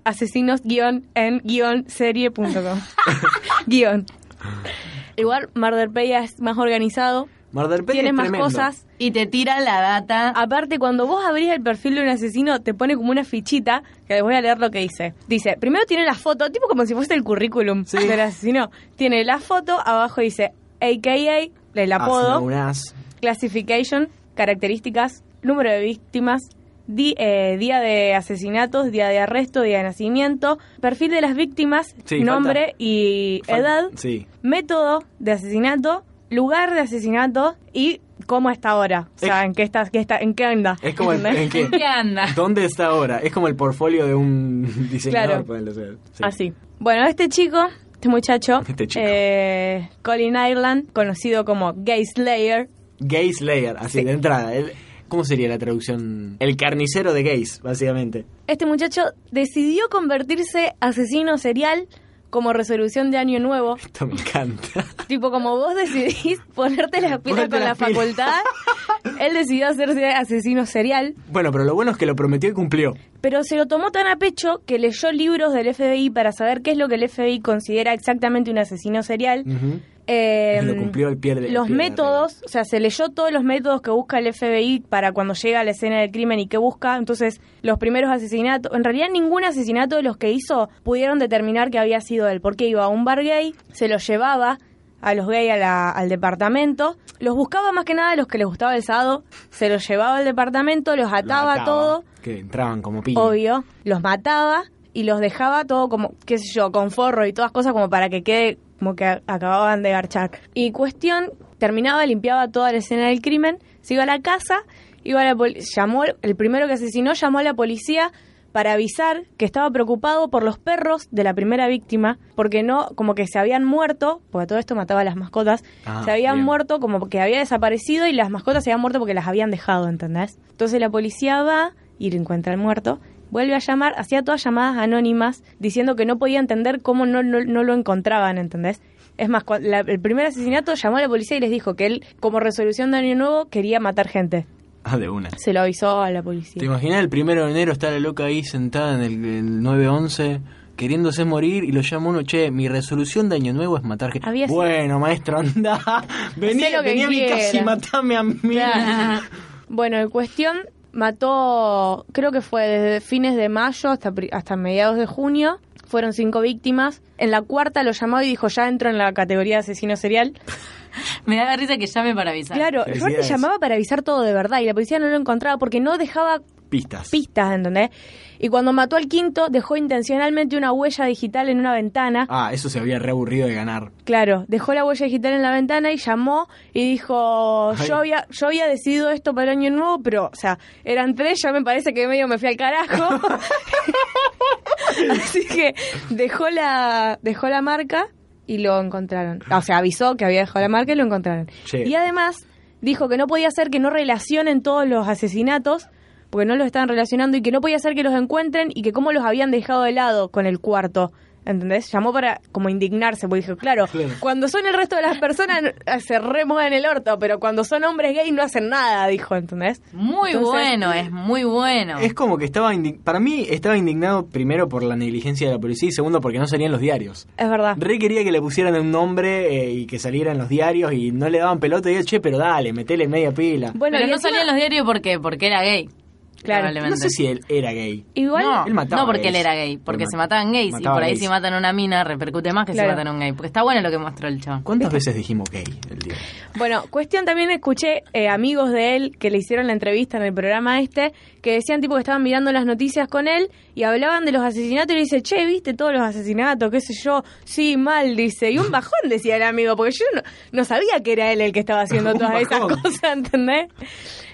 Speaker 2: asesinos-en-serie.com. Guión. Igual Murderpedia es más organizado,
Speaker 1: Murderpedia
Speaker 2: tiene
Speaker 1: es
Speaker 2: más
Speaker 1: tremendo.
Speaker 2: cosas.
Speaker 3: Y te tira la data.
Speaker 2: Aparte, cuando vos abrís el perfil de un asesino, te pone como una fichita, que les voy a leer lo que dice. Dice, primero tiene la foto, tipo como si fuese el currículum
Speaker 1: Sí.
Speaker 2: del asesino. Tiene la foto, abajo dice
Speaker 1: Ah,
Speaker 2: AKA, el apodo,
Speaker 1: Asnaunas.
Speaker 2: classification, características, número de víctimas, di- eh, día de asesinatos, día de arresto, día de nacimiento, perfil de las víctimas,
Speaker 1: Sí,
Speaker 2: nombre
Speaker 1: falta-
Speaker 2: y
Speaker 1: Fal-
Speaker 2: edad,
Speaker 1: Sí.
Speaker 2: método de asesinato, lugar de asesinato y cómo está ahora. O sea,
Speaker 1: Es-
Speaker 2: en qué está, qué está, en qué anda.
Speaker 1: Es como el,
Speaker 2: ¿Entendés?
Speaker 1: en que-
Speaker 3: ¿Qué anda?
Speaker 1: ¿Dónde está ahora? Es como el portfolio de un diseñador.
Speaker 2: Claro.
Speaker 1: ponele, o sea, sí.
Speaker 2: Así. Bueno, este chico, este muchacho,
Speaker 1: Este chico.
Speaker 2: eh, Colin Ireland, conocido como Gay Slayer,
Speaker 1: Gay Slayer, así de entrada. El- ¿Cómo sería la traducción? El carnicero de gays, básicamente.
Speaker 2: este muchacho decidió convertirse asesino serial como resolución de año nuevo.
Speaker 1: Esto me encanta.
Speaker 2: Tipo, como vos decidís ponerte las pilas
Speaker 1: Ponerte
Speaker 2: con la
Speaker 1: las pilas.
Speaker 2: facultad, él decidió hacerse asesino serial.
Speaker 1: Bueno, pero lo bueno es que lo prometió y cumplió.
Speaker 2: Pero se lo tomó tan a pecho que leyó libros del FBI para saber qué es lo que el FBI considera exactamente un asesino serial.
Speaker 1: Ujú.
Speaker 2: Eh,
Speaker 1: Y Mm. lo cumplió al pie de al
Speaker 2: los
Speaker 1: pie de la
Speaker 2: métodos, o sea, se leyó todos los métodos que busca el FBI para cuando llega a la escena del crimen y qué busca. Entonces, los primeros asesinatos, en realidad ningún asesinato de los que hizo pudieron determinar que había sido él, porque iba a un bar gay, se los llevaba a los gay a la- al departamento, los buscaba más que nada a los que les gustaba el sábado, se los llevaba al departamento, los
Speaker 1: regla. Lo
Speaker 2: ataba, todo,
Speaker 1: Que entraban como piña.
Speaker 2: obvio, los mataba y los dejaba todo como, qué sé yo, con forro y todas cosas como para que quede como que a- acababan de garchar. Y cuestión, terminaba, limpiaba toda la escena del crimen, se iba a la casa, iba a la poli- llamó, el primero que asesinó llamó a la policía para avisar que estaba preocupado por los perros de la primera víctima, porque no, como que se habían muerto, porque todo esto mataba a las mascotas,
Speaker 1: Ah,
Speaker 2: se habían
Speaker 1: bien.
Speaker 2: muerto, como que había desaparecido y las mascotas se habían muerto porque las habían dejado, ¿entendés? Entonces la policía va y lo encuentra el muerto, vuelve a llamar, hacía todas llamadas anónimas diciendo que no podía entender cómo no, no- no lo encontraban, ¿entendés? Es más, cua- la- el primer asesinato llamó a la policía y les dijo que él, como resolución de Año Nuevo, quería matar gente.
Speaker 1: Ah, de una.
Speaker 2: Se lo avisó a la policía.
Speaker 1: ¿Te imaginas el primero de enero estar la loca ahí sentada en el, el 911 queriéndose morir y lo llama uno, che, mi resolución de año nuevo es matar gente?
Speaker 2: Había sido-
Speaker 1: Bueno, maestro, anda. Vení,
Speaker 2: Hacé lo que
Speaker 1: vení a mi casa y
Speaker 2: quieras.
Speaker 1: matame a mí.
Speaker 2: Claro. Bueno, en cuestión mató, creo que fue desde fines de mayo hasta, pri- hasta mediados de junio. Fueron cinco víctimas. En la cuarta lo llamó y dijo, ya entro en la categoría de asesino serial.
Speaker 3: Me da risa que llame para avisar.
Speaker 2: Claro, yo le
Speaker 1: Felicidades.
Speaker 2: llamaba para avisar todo de verdad y la policía no lo encontraba porque no dejaba
Speaker 1: Pistas.
Speaker 2: pistas, ¿entendés? Y cuando mató al quinto, dejó intencionalmente una huella digital en una ventana.
Speaker 1: Ah, eso se había reaburrido de ganar.
Speaker 2: Claro, dejó la huella digital en la ventana y llamó y dijo,
Speaker 1: Ay.
Speaker 2: yo había, yo había decidido esto para el año nuevo, pero, o sea, eran tres, ya me parece que medio me fui al carajo. Así que dejó la, dejó la marca y lo encontraron. O sea, avisó que había dejado la marca y lo encontraron.
Speaker 1: Sí.
Speaker 2: Y además dijo que no podía ser que no relacionen todos los asesinatos, porque no los estaban relacionando, y que no podía ser que los encuentren y que cómo los habían dejado de lado con el cuarto. ¿Entendés? Llamó para como indignarse, porque dijo, claro,
Speaker 1: Claro.
Speaker 2: cuando son el resto de las personas eh, se remueven el orto, pero cuando son hombres gays no hacen nada, dijo, ¿entendés?
Speaker 3: Muy
Speaker 2: Entonces-
Speaker 3: bueno, es muy bueno.
Speaker 1: Es como que estaba indi- para mí estaba indignado primero por la negligencia de la policía y segundo porque no salían los diarios.
Speaker 2: Es verdad.
Speaker 1: Re quería que le pusieran un nombre eh, y que saliera en los diarios y no le daban pelota y yo, che, pero dale, metele media pila.
Speaker 2: Bueno,
Speaker 3: Pero
Speaker 2: y
Speaker 3: no
Speaker 2: encima-
Speaker 3: salía en los diarios porque, porque era gay.
Speaker 2: Claro,
Speaker 3: probablemente.
Speaker 1: no sé si él era gay.
Speaker 2: Igual,
Speaker 3: no,
Speaker 1: Él mataba
Speaker 3: no porque
Speaker 1: gays.
Speaker 3: él era gay, porque
Speaker 1: Él
Speaker 3: se
Speaker 1: ma-
Speaker 3: mataban gays
Speaker 1: mataba
Speaker 3: y por ahí
Speaker 1: gays.
Speaker 3: si matan a una mina repercute más que
Speaker 2: Claro.
Speaker 3: si matan a un gay, porque está bueno lo que mostró el chabón.
Speaker 2: Este.
Speaker 1: ¿Cuántas veces dijimos gay el día?
Speaker 2: Bueno, cuestión también escuché eh, amigos de él que le hicieron la entrevista en el programa este, que decían tipo que estaban mirando las noticias con él y hablaban de los asesinatos y le dice, che, viste todos los asesinatos, qué sé yo, sí, mal, dice. Y un bajón decía el amigo, porque yo no, no sabía que era él el que estaba haciendo
Speaker 1: Un
Speaker 2: todas esas
Speaker 1: bajón.
Speaker 2: cosas, ¿entendés?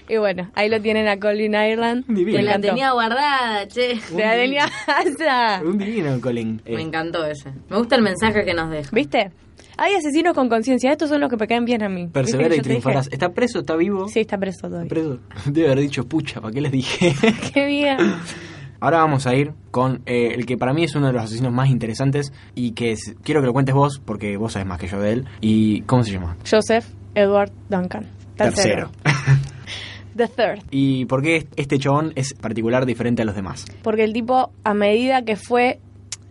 Speaker 2: Y bueno, ahí lo tienen a Colin Ireland.
Speaker 1: Divino.
Speaker 2: Me
Speaker 1: Que la
Speaker 2: encantó.
Speaker 3: guardada, che.
Speaker 2: Te la tenía alta.
Speaker 1: Un divino Colin. Eh,
Speaker 3: Me encantó ese. Me gusta el mensaje que nos deja.
Speaker 2: ¿Viste? Hay asesinos con conciencia, estos son los que me caen bien a mí. ¿Viste
Speaker 1: persevera
Speaker 2: que
Speaker 1: y
Speaker 2: yo te dije?
Speaker 1: triunfarás. ¿Está preso? ¿Está vivo?
Speaker 2: Sí, está preso todavía.
Speaker 1: ¿Está preso? Debe haber dicho, pucha, ¿para qué les dije?
Speaker 2: Qué bien.
Speaker 1: Ahora vamos a ir con eh, el que para mí es uno de los asesinos más interesantes y que es- quiero que lo cuentes vos porque vos sabes más que yo de él. ¿Y cómo se llama?
Speaker 2: Joseph Edward Duncan. The third.
Speaker 1: ¿Y por qué este chabón es particular, diferente a los demás?
Speaker 2: Porque el tipo, a medida que fue.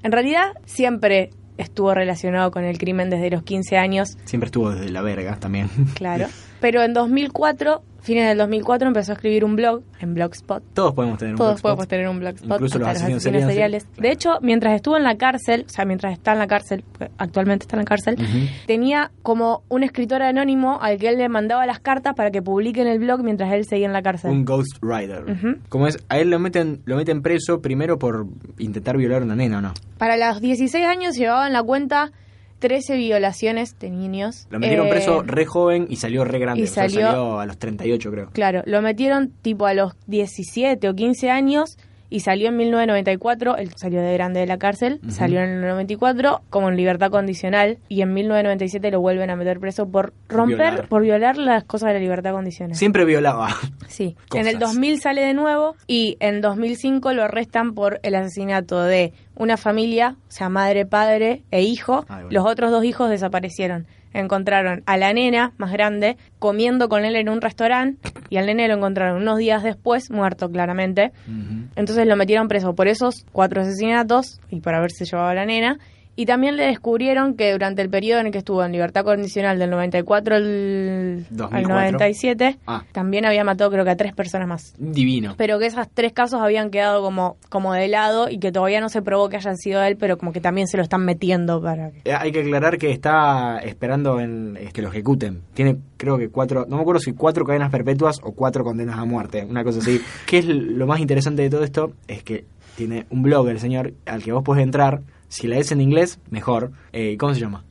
Speaker 2: En realidad, siempre estuvo relacionado con el crimen desde los 15 años,
Speaker 1: Siempre estuvo desde la verga también.
Speaker 2: claro. Pero en 2004, fines del 2004, empezó a escribir un blog en Blogspot.
Speaker 1: Todos podemos tener un
Speaker 2: Todos
Speaker 1: blogspot.
Speaker 2: podemos tener un blogspot.
Speaker 1: Incluso los
Speaker 2: hasta
Speaker 1: asesinos seriales, sí.
Speaker 2: De hecho, mientras estuvo en la cárcel, o sea, mientras está en la cárcel, porque actualmente está en la cárcel,
Speaker 1: Ujú.
Speaker 2: tenía como un escritor anónimo al que él le mandaba las cartas para que publique en el blog mientras él seguía en la cárcel.
Speaker 1: Un Ghost Rider.
Speaker 2: Ujú.
Speaker 1: Como es, a él lo meten, lo meten preso primero por intentar violar a una nena, ¿o no?
Speaker 2: Para los 16 años llevaba en la cuenta 13 violaciones de niños.
Speaker 1: Lo metieron
Speaker 2: Eh,
Speaker 1: preso re joven y salió re grande.
Speaker 2: y
Speaker 1: o sea,
Speaker 2: salió-
Speaker 1: salió a los 38, creo.
Speaker 2: Claro, lo metieron tipo a los 17 o 15 años y salió en 1994. Él salió de grande de la cárcel,
Speaker 1: Ujú.
Speaker 2: salió en el 94 como en libertad condicional y en 1997 lo vuelven a meter preso por romper,
Speaker 1: Violar.
Speaker 2: por violar las cosas de la libertad condicional.
Speaker 1: Siempre violaba.
Speaker 2: Sí,
Speaker 1: Cosas.
Speaker 2: en el 2000 sale de nuevo y en 2005 lo arrestan por el asesinato de una familia, o sea, madre, padre e hijo.
Speaker 1: Ay, bueno.
Speaker 2: Los otros dos hijos desaparecieron. Encontraron a la nena más grande comiendo con él en un restaurante y al nene lo encontraron unos días después muerto claramente.
Speaker 1: Ujú.
Speaker 2: Entonces lo metieron preso por esos cuatro asesinatos y por haberse llevado a la nena. Y también le descubrieron que durante el periodo en el que estuvo en libertad condicional del 94 al, al
Speaker 1: 2004.
Speaker 2: 97,
Speaker 1: Ah.
Speaker 2: también había matado creo que a tres personas más.
Speaker 1: Divino.
Speaker 2: Pero que esos tres casos habían quedado como, como de lado y que todavía no se probó que hayan sido él, pero como que también se lo están metiendo para que...
Speaker 1: Eh, Hay que aclarar que está esperando en, eh, que lo ejecuten. Tiene, creo que cuatro, no me acuerdo si cuatro cadenas perpetuas o cuatro condenas a muerte, una cosa así. que es lo más interesante de todo esto? Es que tiene un blog el señor al que vos podés entrar. Si la es en inglés, mejor. Eh, ¿Cómo se llama?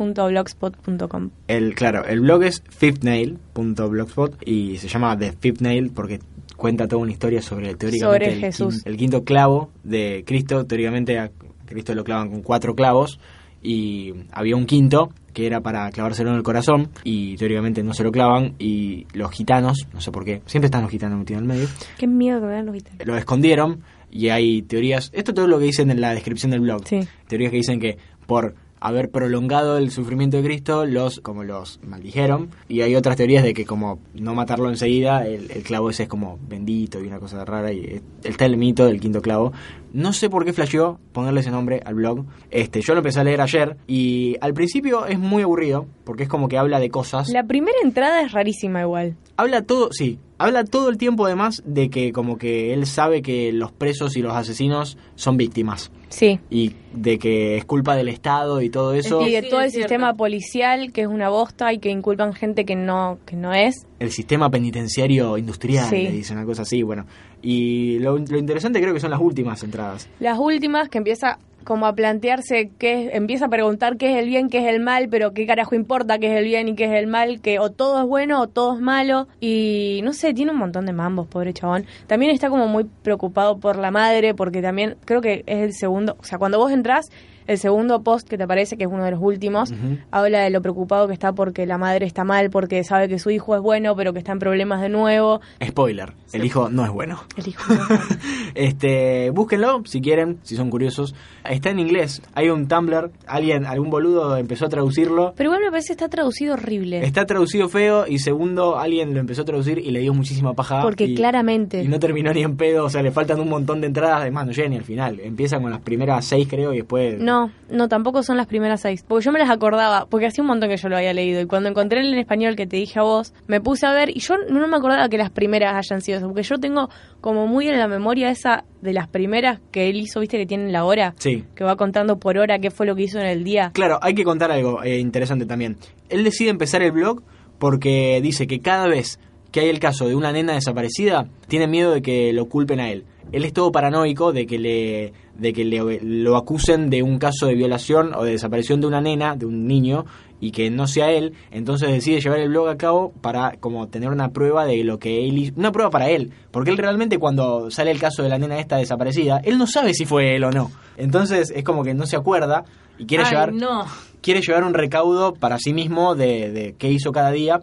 Speaker 2: fifthnail.blogspot.com
Speaker 1: El, claro, el blog es fifthnail.blogspot y se llama The Fifth Nail porque cuenta toda una historia sobre teóricamente
Speaker 2: Sobre
Speaker 1: el,
Speaker 2: Jesús.
Speaker 1: quin- el quinto clavo de Cristo. Teóricamente a Cristo lo clavan con cuatro clavos y había un quinto que era para clavárselo en el corazón y teóricamente no se lo clavan y los gitanos, no sé por qué, siempre están los gitanos metidos en el medio,
Speaker 2: Qué miedo que me dan los ítems.
Speaker 1: lo escondieron y hay teorías, esto todo lo que dicen en la descripción del blog,
Speaker 2: Sí.
Speaker 1: teorías que dicen que por haber prolongado el sufrimiento de Cristo los como los maldijeron y hay otras teorías de que como no matarlo enseguida el, el clavo ese es como bendito y una cosa rara y eh, está el mito del quinto clavo no sé por qué flasheó ponerle ese nombre al blog este yo lo empecé a leer ayer y al principio es muy aburrido porque es como que habla de cosas
Speaker 2: La primera entrada es rarísima igual.
Speaker 1: Habla todo, sí, habla todo el tiempo además de que como que él sabe que los presos y los asesinos son víctimas
Speaker 2: Sí.
Speaker 1: y de que es culpa del Estado y todo eso.
Speaker 2: y de
Speaker 3: Sí,
Speaker 2: todo
Speaker 3: es
Speaker 2: el
Speaker 3: cierto.
Speaker 2: sistema policial que es una bosta y que inculpan gente que no que no es
Speaker 1: El sistema penitenciario industrial,
Speaker 2: Sí.
Speaker 1: le dicen una cosa así, bueno. Y lo, lo interesante creo que son las últimas entradas.
Speaker 2: las últimas que empieza como a plantearse qué es- empieza a preguntar qué es el bien, qué es el mal, pero qué carajo importa qué es el bien y qué es el mal, que o todo es bueno o todo es malo y no sé, tiene un montón de mambos, pobre chabón. También está como muy preocupado por la madre porque también creo que es el segundo, o sea, cuando vos entrás, el segundo post que te aparece, que es uno de los últimos,
Speaker 1: Ujú.
Speaker 2: habla de lo preocupado que está porque la madre está mal, porque sabe que su hijo es bueno, pero que está en problemas de nuevo.
Speaker 1: Spoiler, el hijo no es bueno.
Speaker 2: El hijo no es bueno.
Speaker 1: Este, búsquenlo si quieren, si son curiosos. Está en inglés, hay un Tumblr, alguien, algún boludo empezó a traducirlo.
Speaker 2: Pero igual me parece que está traducido horrible.
Speaker 1: Está traducido feo y segundo, alguien lo empezó a traducir y le dio muchísima paja.
Speaker 2: porque
Speaker 1: y-
Speaker 2: claramente...
Speaker 1: Y no terminó ni en pedo, o sea, le faltan un montón de entradas, además no llega ni al final. Empiezan con las primeras seis, creo, y después...
Speaker 2: No, no, tampoco son las primeras seis. Porque yo me las acordaba, porque hacía un montón que yo lo había leído. Y cuando encontré el en español que te dije a vos, me puse a ver y yo no me acordaba que las primeras hayan sido. eso, Porque yo tengo como muy en la memoria esa de las primeras que él hizo, viste, que tienen la hora.
Speaker 1: Sí.
Speaker 2: Que va contando por hora qué fue lo que hizo en el día.
Speaker 1: Claro, hay que contar algo eh, interesante también. Él decide empezar el blog porque dice que cada vez que hay el caso de una nena desaparecida, tiene miedo de que lo culpen a él. Él es todo paranoico de que le de que le- lo acusen de un caso de violación o de desaparición de una nena, de un niño y que no sea él, entonces decide llevar el blog a cabo para como tener una prueba de lo que él hizo, una prueba para él, porque él realmente cuando sale el caso de la nena esta desaparecida, él no sabe si fue él o no. Entonces es como que no se acuerda y quiere
Speaker 3: Ay,
Speaker 1: llevar
Speaker 3: no.
Speaker 1: quiere llevar un recaudo para sí mismo de, de qué hizo cada día.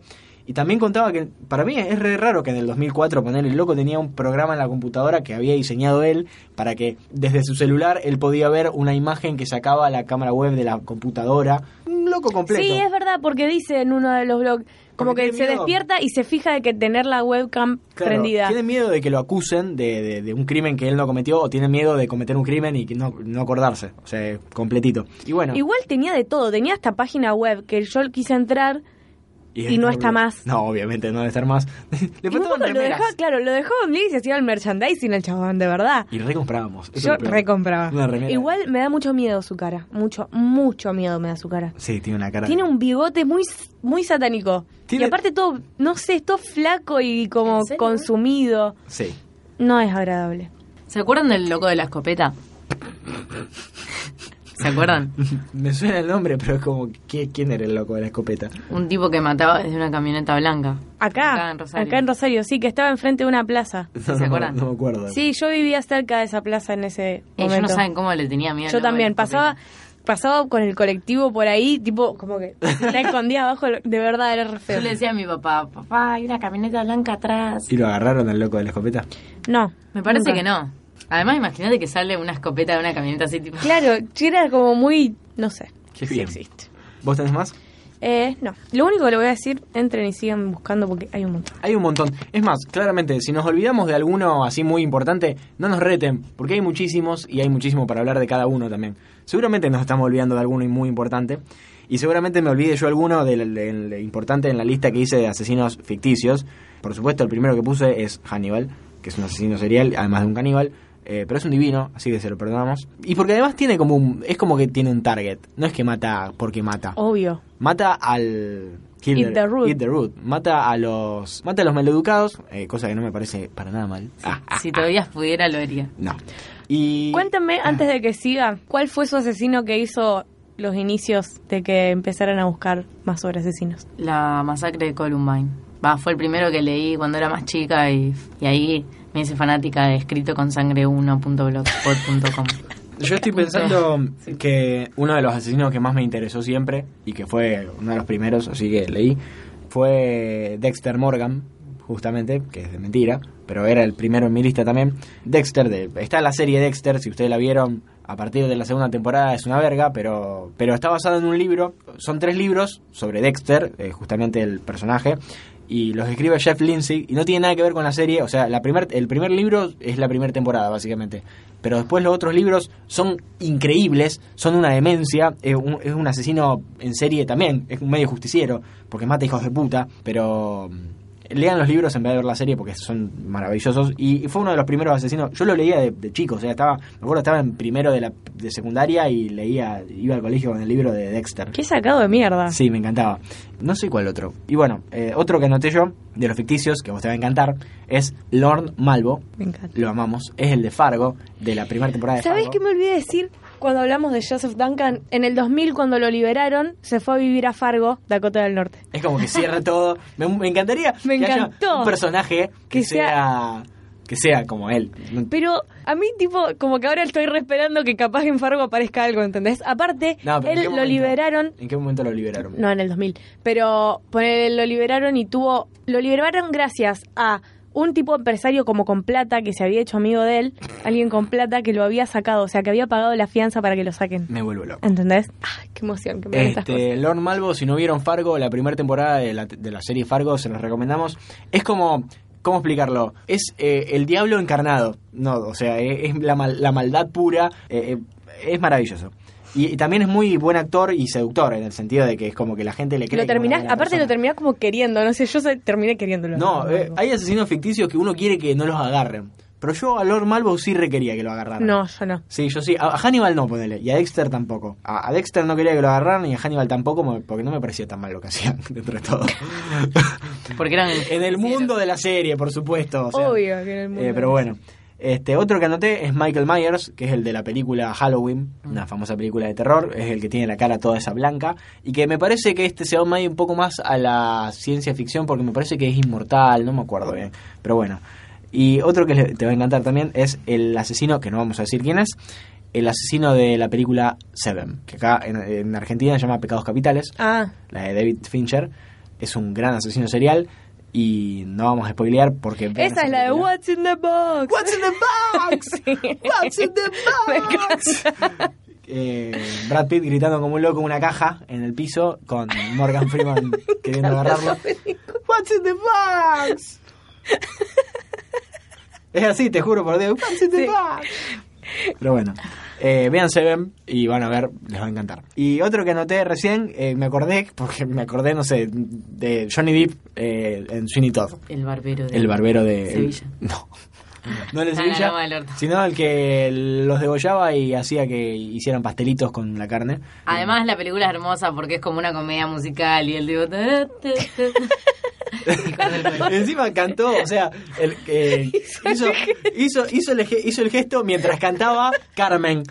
Speaker 1: Y también contaba que para mí es re raro que en el 2004 poner el loco tenía un programa en la computadora que había diseñado él para que desde su celular él podía ver una imagen que sacaba la cámara web de la computadora. Un loco completo.
Speaker 2: Sí, es verdad, porque dice en uno de los blogs, como
Speaker 1: Porque
Speaker 2: que
Speaker 1: tiene
Speaker 2: se
Speaker 1: miedo.
Speaker 2: despierta y se fija de que tener la webcam
Speaker 1: Claro,
Speaker 2: prendida.
Speaker 1: Tiene miedo de que lo acusen de, de- de un crimen que él no cometió o tiene miedo de cometer un crimen y que no, no acordarse. O sea, completito. Y bueno.
Speaker 2: Igual tenía de todo, tenía hasta página web que yo quise entrar y no está más.
Speaker 1: No, obviamente no debe estar más. Le
Speaker 2: Y me
Speaker 1: faltaban
Speaker 2: acuerdo, lo
Speaker 1: remeras.
Speaker 2: dejó, claro, lo dejó en y se hacía el merchandising el chabón, de verdad.
Speaker 1: Y recomprábamos. Eso
Speaker 2: Yo
Speaker 1: es lo peor.
Speaker 2: recompraba.
Speaker 1: Una remera.
Speaker 2: Igual me da mucho miedo su cara, mucho, mucho miedo me da su cara.
Speaker 1: Sí, tiene una cara.
Speaker 2: Tiene un bigote muy muy satánico.
Speaker 1: Tiene-
Speaker 2: Y aparte todo, no sé, es todo flaco y como
Speaker 3: ¿En serio?
Speaker 2: consumido.
Speaker 1: Sí.
Speaker 2: No es agradable.
Speaker 3: ¿Se acuerdan del loco de la escopeta? ¿Se acuerdan?
Speaker 1: Me suena el nombre, pero es como, ¿qué- ¿quién era el loco de la escopeta?
Speaker 3: Un tipo que mataba desde una camioneta blanca.
Speaker 2: Acá,
Speaker 3: Acá en Rosario.
Speaker 2: acá en Rosario, sí, que estaba enfrente de una plaza.
Speaker 1: No,
Speaker 3: ¿Se
Speaker 1: me-
Speaker 3: acuerdan?
Speaker 1: No, me acuerdo.
Speaker 2: Sí, yo vivía cerca de esa plaza en ese
Speaker 3: Ellos
Speaker 2: momento.
Speaker 3: Eh, no saben cómo le tenía miedo. al
Speaker 2: Yo
Speaker 3: loco de la
Speaker 2: también,
Speaker 3: escopeta.
Speaker 2: pasaba pasaba con el colectivo por ahí, tipo, como que la escondía abajo, de verdad era re feo.
Speaker 3: Yo le decía a mi papá, papá, hay una camioneta blanca atrás.
Speaker 1: ¿Y lo agarraron al loco de la escopeta?
Speaker 2: No.
Speaker 3: Me parece
Speaker 2: nunca.
Speaker 3: que no. Además, imagínate que sale una escopeta de una camioneta así, tipo.
Speaker 2: Claro, yo era como muy, no sé,
Speaker 1: Qué
Speaker 2: si
Speaker 1: bien.
Speaker 2: existe.
Speaker 1: ¿Vos tenés más?
Speaker 2: Eh, no, lo único que le voy a decir, entren y sigan buscando porque hay un montón.
Speaker 1: Hay un montón. Es más, claramente, si nos olvidamos de alguno así muy importante, no nos reten, porque hay muchísimos y hay muchísimo para hablar de cada uno también. Seguramente nos estamos olvidando de alguno y muy importante. Y seguramente me olvide yo alguno del, del- del importante en la lista que hice de asesinos ficticios. Por supuesto, el primero que puse es Hannibal, que es un asesino serial, además de un caníbal. eh, pero es un divino, así que se lo perdonamos. Y porque además tiene como un, es como que tiene un target. No es que mata porque mata.
Speaker 2: Obvio.
Speaker 1: Mata al
Speaker 2: Eat the root.
Speaker 1: Eat the root. Mata a los mata a los maleducados, eh, cosa que no me parece para nada mal. Ah,
Speaker 3: Si todavía pudiera, lo haría.
Speaker 1: no. Y
Speaker 2: Cuéntame, antes de que siga, ¿cuál fue su asesino que hizo los inicios de que empezaran a buscar más sobre asesinos?
Speaker 3: La masacre de Columbine. Va, fue el primero que leí cuando era más chica y, y ahí me hice fanática de escrito con sangre 1.blogspot.com.
Speaker 1: yo estoy pensando que uno de los asesinos que más me interesó siempre y que fue uno de los primeros, así que leí, fue Dexter Morgan, justamente, que es de mentira, pero era el primero en mi lista también. Dexter de está la serie Dexter, si ustedes la vieron, a partir de la segunda temporada es una verga, pero, pero está basado en un libro. Son tres libros sobre Dexter, eh, justamente el personaje, y los escribe Jeff Lindsay, y no tiene nada que ver con la serie. O sea, la primer, el primer libro es la primera temporada, básicamente. Pero después los otros libros son increíbles, son una demencia. Es un, es un asesino en serie también, es un medio justiciero, porque mata hijos de puta, pero. mm, Lean los libros en vez de ver la serie porque son maravillosos. Y y fue uno de los primeros asesinos. Yo lo leía de, de chico, o sea, estaba, me acuerdo, estaba en primero de, la, de secundaria y leía, iba al colegio con el libro de Dexter.
Speaker 2: Qué sacado de mierda.
Speaker 1: Sí, me encantaba. No sé cuál otro. Y bueno, eh, otro que anoté yo, de los ficticios, que a vos te va a encantar, es Lord Malvo.
Speaker 2: Me encanta.
Speaker 1: Lo amamos. Es el de Fargo, de la primera temporada de
Speaker 2: ¿Sabes
Speaker 1: Fargo.
Speaker 2: qué me olvidé decir? cuando hablamos de Joseph Duncan, en el 2000 cuando lo liberaron, se fue a vivir a Fargo, Dakota del Norte.
Speaker 1: Es como que cierra todo. Me, me encantaría
Speaker 2: Me
Speaker 1: que haya
Speaker 2: encantó.
Speaker 1: un personaje que,
Speaker 2: Que
Speaker 1: sea...
Speaker 2: sea-
Speaker 1: que sea como él.
Speaker 2: Pero a mí, tipo, como que ahora estoy re esperando que capaz en Fargo aparezca algo, ¿entendés? Aparte,
Speaker 1: No, pero ¿en
Speaker 2: él
Speaker 1: qué
Speaker 2: lo
Speaker 1: momento?
Speaker 2: liberaron
Speaker 1: ¿En qué momento lo liberaron?
Speaker 2: No, en el 2000. Pero ponele, lo liberaron y tuvo. Lo liberaron gracias a un tipo de empresario como con plata que se había hecho amigo de él. Alguien con plata que lo había sacado. O sea, que había pagado la fianza para que lo saquen.
Speaker 1: Me vuelvo loco.
Speaker 2: ¿Entendés? Ah, qué emoción que me dan estas cosas.
Speaker 1: Este, Lord Malvo, si no vieron Fargo, la primera temporada de la, de la serie Fargo, se los recomendamos. Es como, ¿cómo explicarlo? Es eh, el diablo encarnado. No, o sea, eh, es la, mal- la maldad pura. eh, eh, es maravilloso. Y, y también es muy buen actor y seductor en el sentido de que es como que la gente le cree.
Speaker 2: Lo
Speaker 1: que es una
Speaker 2: terminás,
Speaker 1: buena
Speaker 2: aparte lo
Speaker 1: persona.
Speaker 2: terminás como queriendo, no sé, yo se- terminé queriéndolo.
Speaker 1: No, eh, hay asesinos ficticios que uno quiere que no los agarren. Pero yo a Lord Malvo sí requería que lo agarraran.
Speaker 2: no, yo no.
Speaker 1: Sí, yo sí. A a Hannibal no, ponele. Y a Dexter tampoco. A, a Dexter no quería que lo agarraran y a Hannibal tampoco mo- porque no me parecía tan mal lo que hacían dentro de todo.
Speaker 3: Porque eran.
Speaker 1: en el mundo de la serie, por supuesto. o sea,
Speaker 2: Obvio que en el mundo.
Speaker 1: eh, pero bueno. Este, otro que anoté es Michael Myers, que es el de la película Halloween,
Speaker 2: Mm.
Speaker 1: una famosa película de terror, es el que tiene la cara toda esa blanca, y que me parece que este se va más- un poco más a la ciencia ficción porque me parece que es inmortal, no me acuerdo bien, pero bueno. Y otro que le- te va a encantar también es el asesino, que no vamos a decir quién es, el asesino de la película Seven, que acá en, en Argentina se llama Pecados Capitales,
Speaker 2: Ah,
Speaker 1: la de David Fincher, es un gran asesino serial. Y no vamos a spoilear porque... vean
Speaker 2: esa es la de
Speaker 1: película.
Speaker 2: What's in the Box.
Speaker 1: What's in the box? What's in the
Speaker 2: Me
Speaker 1: box? Eh, Brad Pitt gritando como un loco en una caja en el piso con Morgan Freeman queriendo agarrarlo. What's in the box? Es así, te juro por Dios. What's in the
Speaker 2: Sí.
Speaker 1: box? Pero bueno, eh, vean Seven y van a ver, les va a encantar. Y otro que anoté recién, eh, me acordé, porque me acordé, no sé, de Johnny Depp eh, en Sweeney Todd.
Speaker 3: El barbero. de-
Speaker 1: El barbero de
Speaker 3: Sevilla.
Speaker 1: no. No el de
Speaker 3: Ah,
Speaker 1: Sevilla,
Speaker 3: no, el orto.
Speaker 1: sino el que los degollaba y hacía que hicieran pastelitos con la carne.
Speaker 3: Además, la película es hermosa porque es como una comedia musical y el digo. ta, ta, ta. Y con el barbero.
Speaker 1: Encima cantó, o sea, el, eh, hizo, hizo, hizo, el, ge- hizo el gesto mientras cantaba Carmen,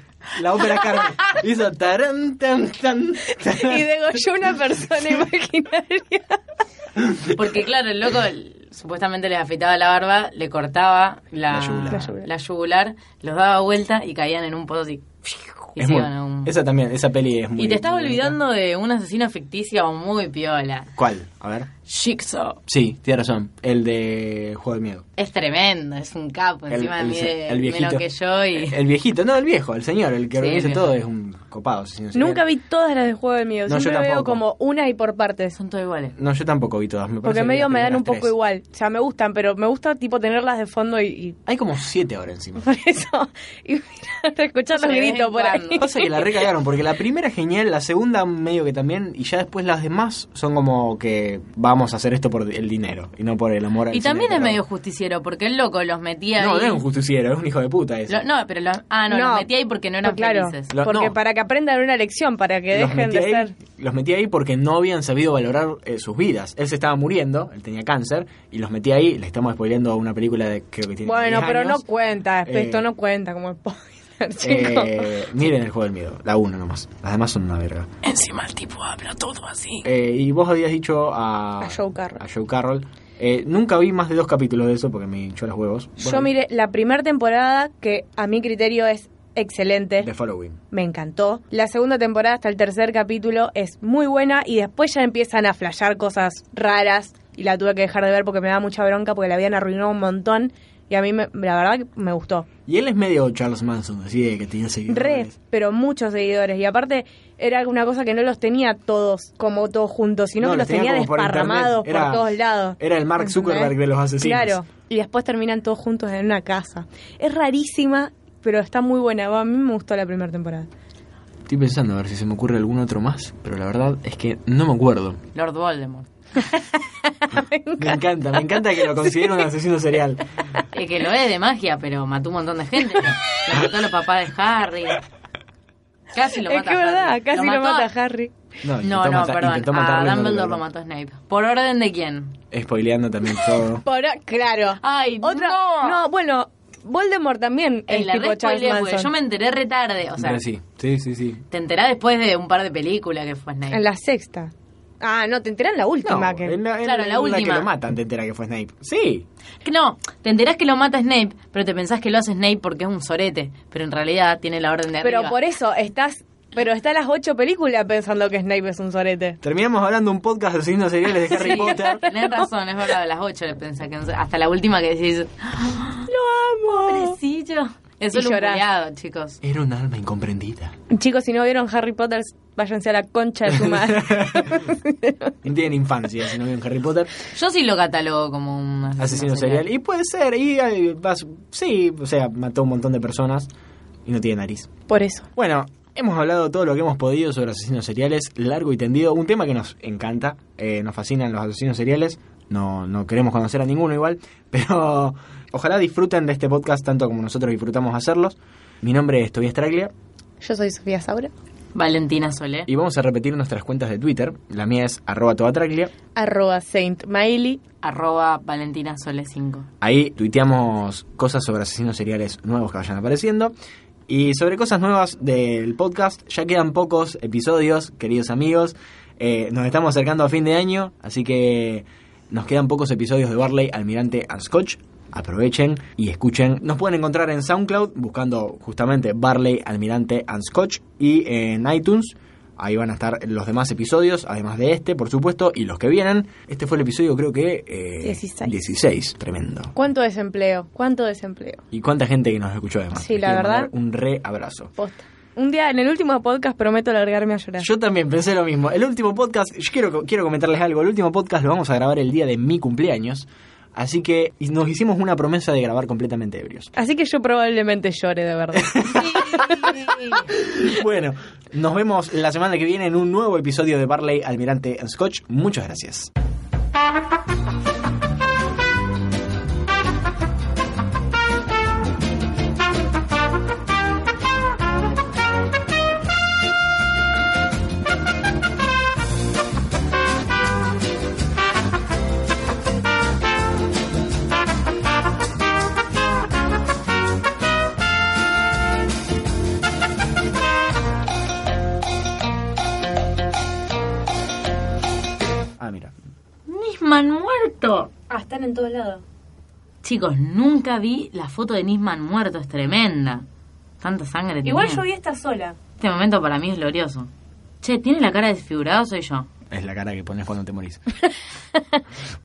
Speaker 1: la ópera Carmen. Hizo tarán, tan, tan, tarán.
Speaker 2: Y degolló una persona imaginaria.
Speaker 3: Porque, claro, el loco l- supuestamente les afeitaba la barba, le cortaba
Speaker 1: La
Speaker 3: la,
Speaker 1: yugular.
Speaker 2: La yugular.
Speaker 3: la yugular, los daba vuelta y caían en un pozo así. Y
Speaker 1: Es
Speaker 3: se
Speaker 1: muy-
Speaker 3: iban a un-
Speaker 1: Esa también, esa peli es muy.
Speaker 3: Y te estás
Speaker 1: muy bonita.
Speaker 3: olvidando de una asesina ficticia muy piola.
Speaker 1: ¿Cuál? A ver.
Speaker 3: Jigsaw.
Speaker 1: Sí, tiene razón. El de Juego de Miedo.
Speaker 3: Es tremendo, es un capo. Pues Encima mide
Speaker 1: el
Speaker 3: menos que yo y.
Speaker 1: El viejito, no, el viejo, el señor, el que
Speaker 3: Sí, el
Speaker 1: organiza
Speaker 3: viejo.
Speaker 1: todo es un copado. asesino serial.
Speaker 2: Nunca vi todas las de Juego de Miedo.
Speaker 1: No, yo
Speaker 2: Siempre veo
Speaker 1: tampoco.
Speaker 2: como una y por partes.
Speaker 3: Son todos iguales.
Speaker 1: No, yo tampoco vi todas. Me parece
Speaker 2: Porque
Speaker 1: que
Speaker 2: medio
Speaker 1: las
Speaker 2: me dan
Speaker 1: primeras
Speaker 2: un poco
Speaker 1: tres.
Speaker 2: igual. O sea, me gustan, pero me gusta tipo tenerlas de fondo y, y
Speaker 1: Hay como siete ahora encima.
Speaker 2: por eso. Y mirar, escuchar los
Speaker 3: De vez
Speaker 2: gritos
Speaker 3: en
Speaker 2: por
Speaker 3: cuando.
Speaker 2: ahí.
Speaker 1: Pasa que la recagaron, porque la primera es genial, la segunda medio que también, y ya después las demás son como que vamos a hacer esto por el dinero y no por el amor al
Speaker 3: Y
Speaker 1: cine,
Speaker 3: también es
Speaker 1: pero-
Speaker 3: medio justiciero porque el loco los metía
Speaker 1: No, no
Speaker 3: ahí.
Speaker 1: es un justiciero, es un hijo de puta ese.
Speaker 3: Lo- no, pero los, ah, no, los metía ahí porque no eran
Speaker 2: claro,
Speaker 3: felices.
Speaker 1: Lo-
Speaker 2: porque
Speaker 1: no.
Speaker 2: para que aprendan una lección, para que
Speaker 1: los
Speaker 2: dejen
Speaker 1: metí
Speaker 2: de
Speaker 1: ahí,
Speaker 2: ser.
Speaker 1: los metí ahí porque no habían sabido valorar eh, sus vidas. Él se estaba muriendo, él tenía cáncer, y los metí ahí, le estamos spoileando una película de creo que tiene
Speaker 2: Bueno,
Speaker 1: 10
Speaker 2: pero no
Speaker 1: años.
Speaker 2: cuenta. pues,
Speaker 1: Eh,
Speaker 2: esto no cuenta como spoiler, chicos.
Speaker 1: Eh, miren el juego del miedo, la uno nomás. Las demás son una verga.
Speaker 3: Encima el tipo habla todo así.
Speaker 1: Eh, y vos habías dicho a,
Speaker 2: A Joe Carroll.
Speaker 1: a Joe Carroll. Eh, nunca vi más de dos capítulos de eso porque me hinchó los huevos. Vos
Speaker 2: Yo
Speaker 1: vi
Speaker 2: miré la primera temporada, que a mi criterio es excelente.
Speaker 1: The Following.
Speaker 2: Me encantó. La segunda temporada hasta el tercer capítulo es muy buena y después ya empiezan a flashear cosas raras y la tuve que dejar de ver porque me daba mucha bronca porque la habían arruinado un montón y a mí me- la verdad que me gustó.
Speaker 1: Y él es medio Charles Manson, así de que tenía
Speaker 2: Re,
Speaker 1: seguidores.
Speaker 2: pero muchos seguidores y aparte era una cosa que no los tenía todos como todos juntos, sino
Speaker 1: No,
Speaker 2: que
Speaker 1: los
Speaker 2: los
Speaker 1: tenía
Speaker 2: tenía,
Speaker 1: como por
Speaker 2: desparramados por,
Speaker 1: internet. Era-
Speaker 2: todos lados.
Speaker 1: Era el Mark Zuckerberg
Speaker 2: ¿Entendés?
Speaker 1: de los asesinos.
Speaker 2: Claro, y después terminan todos juntos en una casa. Es rarísima, pero está muy buena. A mí me gustó la primera temporada.
Speaker 1: Estoy pensando a ver si se me ocurre algún otro más, pero la verdad es que no me acuerdo.
Speaker 3: Lord Voldemort.
Speaker 1: Me encanta, me encanta que lo considere un asesino serial.
Speaker 3: Es que lo es de magia, pero mató un montón de gente. Lo mató a los papás de Harry. Casi lo
Speaker 2: es
Speaker 3: mata
Speaker 2: que
Speaker 3: a
Speaker 2: es verdad,
Speaker 3: Harry.
Speaker 2: casi lo
Speaker 3: mató-
Speaker 2: mata a Harry.
Speaker 1: No, intentó
Speaker 3: No, no,
Speaker 1: matar- intentó matarlo
Speaker 3: perdón.
Speaker 1: y
Speaker 3: A
Speaker 1: no lo
Speaker 3: Dumbledore lo
Speaker 1: logró.
Speaker 3: mató Snape. ¿Por orden de quién?
Speaker 1: Spoileando también todo.
Speaker 2: Por, claro.
Speaker 3: Ay,
Speaker 2: Otra,
Speaker 3: no.
Speaker 2: bueno, Voldemort también
Speaker 3: Ey,
Speaker 2: es
Speaker 3: Eh, la
Speaker 2: tipo
Speaker 3: re
Speaker 2: Charles
Speaker 3: spoileé, porque
Speaker 2: Manson.
Speaker 3: yo me enteré re tarde, o sea,
Speaker 1: Pero sí, sí, sí, sí.
Speaker 3: te enterás después de un par de películas que fue Snape.
Speaker 2: En la sexta. Ah, no, te enterás en la última.
Speaker 1: No,
Speaker 2: que...
Speaker 1: en la, en
Speaker 3: Claro, la
Speaker 1: que
Speaker 3: última.
Speaker 1: lo matan te entera que fue Snape. Sí.
Speaker 3: Que No, te enterás que lo mata Snape, pero te pensás que lo hace Snape porque es un sorete, pero en realidad tiene la orden de
Speaker 2: Pero
Speaker 3: arriba.
Speaker 2: por eso estás... Pero está las ocho películas pensando que Snape es un sorete.
Speaker 1: Terminamos hablando un podcast de signos seriales de Harry
Speaker 3: Sí,
Speaker 1: Potter.
Speaker 3: Tenés razón, es verdad, a las 8 le pensás que hasta la última que decís,
Speaker 2: ¡Lo amo!
Speaker 3: pobrecillo. Es
Speaker 2: Ah". Y
Speaker 3: solo un
Speaker 2: llorás.
Speaker 3: culiado, chicos.
Speaker 1: Era un alma incomprendida.
Speaker 2: Chicos, si no vieron Harry Potter, váyanse a la concha de su madre.
Speaker 1: No tienen infancia si no vieron Harry Potter.
Speaker 3: Yo sí lo catalogo como un asesino,
Speaker 1: Asesino serial. Y puede ser, y eh, vas- sí, o sea, mató un montón de personas y no tiene nariz.
Speaker 2: Por eso.
Speaker 1: Bueno, hemos hablado todo lo que hemos podido sobre asesinos seriales, largo y tendido. Un tema que nos encanta, eh, nos fascinan los asesinos seriales. No, no queremos conocer a ninguno igual, pero ojalá disfruten de este podcast tanto como nosotros disfrutamos hacerlos. Mi nombre es Tobias Traglia
Speaker 2: Yo soy Sofía Saura.
Speaker 3: Valentina Solé.
Speaker 1: y vamos a repetir nuestras cuentas de Twitter. La mía es arroba tobatraglia.
Speaker 2: Arroba Saint Miley.
Speaker 3: Arroba Valentina Solé 5.
Speaker 1: Ahí tuiteamos cosas sobre asesinos seriales nuevos que vayan apareciendo. Y sobre cosas nuevas del podcast, ya quedan pocos episodios, queridos amigos. Eh, nos estamos acercando a fin de año, así que nos quedan pocos episodios de Barley, Almirante and Scotch. Aprovechen y escuchen. Nos pueden encontrar en SoundCloud buscando justamente Barley, Almirante and Scotch y en iTunes. Ahí van a estar los demás episodios, además de este, por supuesto, y los que vienen. Este fue el episodio, creo que. eh,
Speaker 2: 16.
Speaker 1: 16, tremendo.
Speaker 2: ¿Cuánto desempleo? ¿Cuánto desempleo?
Speaker 1: Y cuánta gente que nos escuchó además.
Speaker 2: Sí,
Speaker 1: Les
Speaker 2: la
Speaker 1: quiero
Speaker 2: verdad.
Speaker 1: mandar Un re abrazo.
Speaker 2: Posta. Un día, en el último podcast, prometo largarme a llorar.
Speaker 1: Yo también pensé lo mismo. El último podcast, yo quiero, quiero comentarles algo. El último podcast lo vamos a grabar el día de mi cumpleaños. Así que y nos hicimos una promesa de grabar completamente ebrios.
Speaker 2: Así que yo probablemente llore de verdad.
Speaker 1: Bueno, nos vemos la semana que viene en un nuevo episodio de Barley, Almirante and Scotch. Muchas gracias. Ah, mira.
Speaker 3: Nisman muerto.
Speaker 2: Ah, están en todos lados.
Speaker 3: Chicos, nunca vi la foto de Nisman muerto, es tremenda. Tanta sangre
Speaker 2: Igual
Speaker 3: tenía.
Speaker 2: yo vi esta sola.
Speaker 3: Este momento para mí es glorioso. Che, ¿tiene la cara desfigurada o soy yo?
Speaker 1: Es la cara que pones cuando te morís.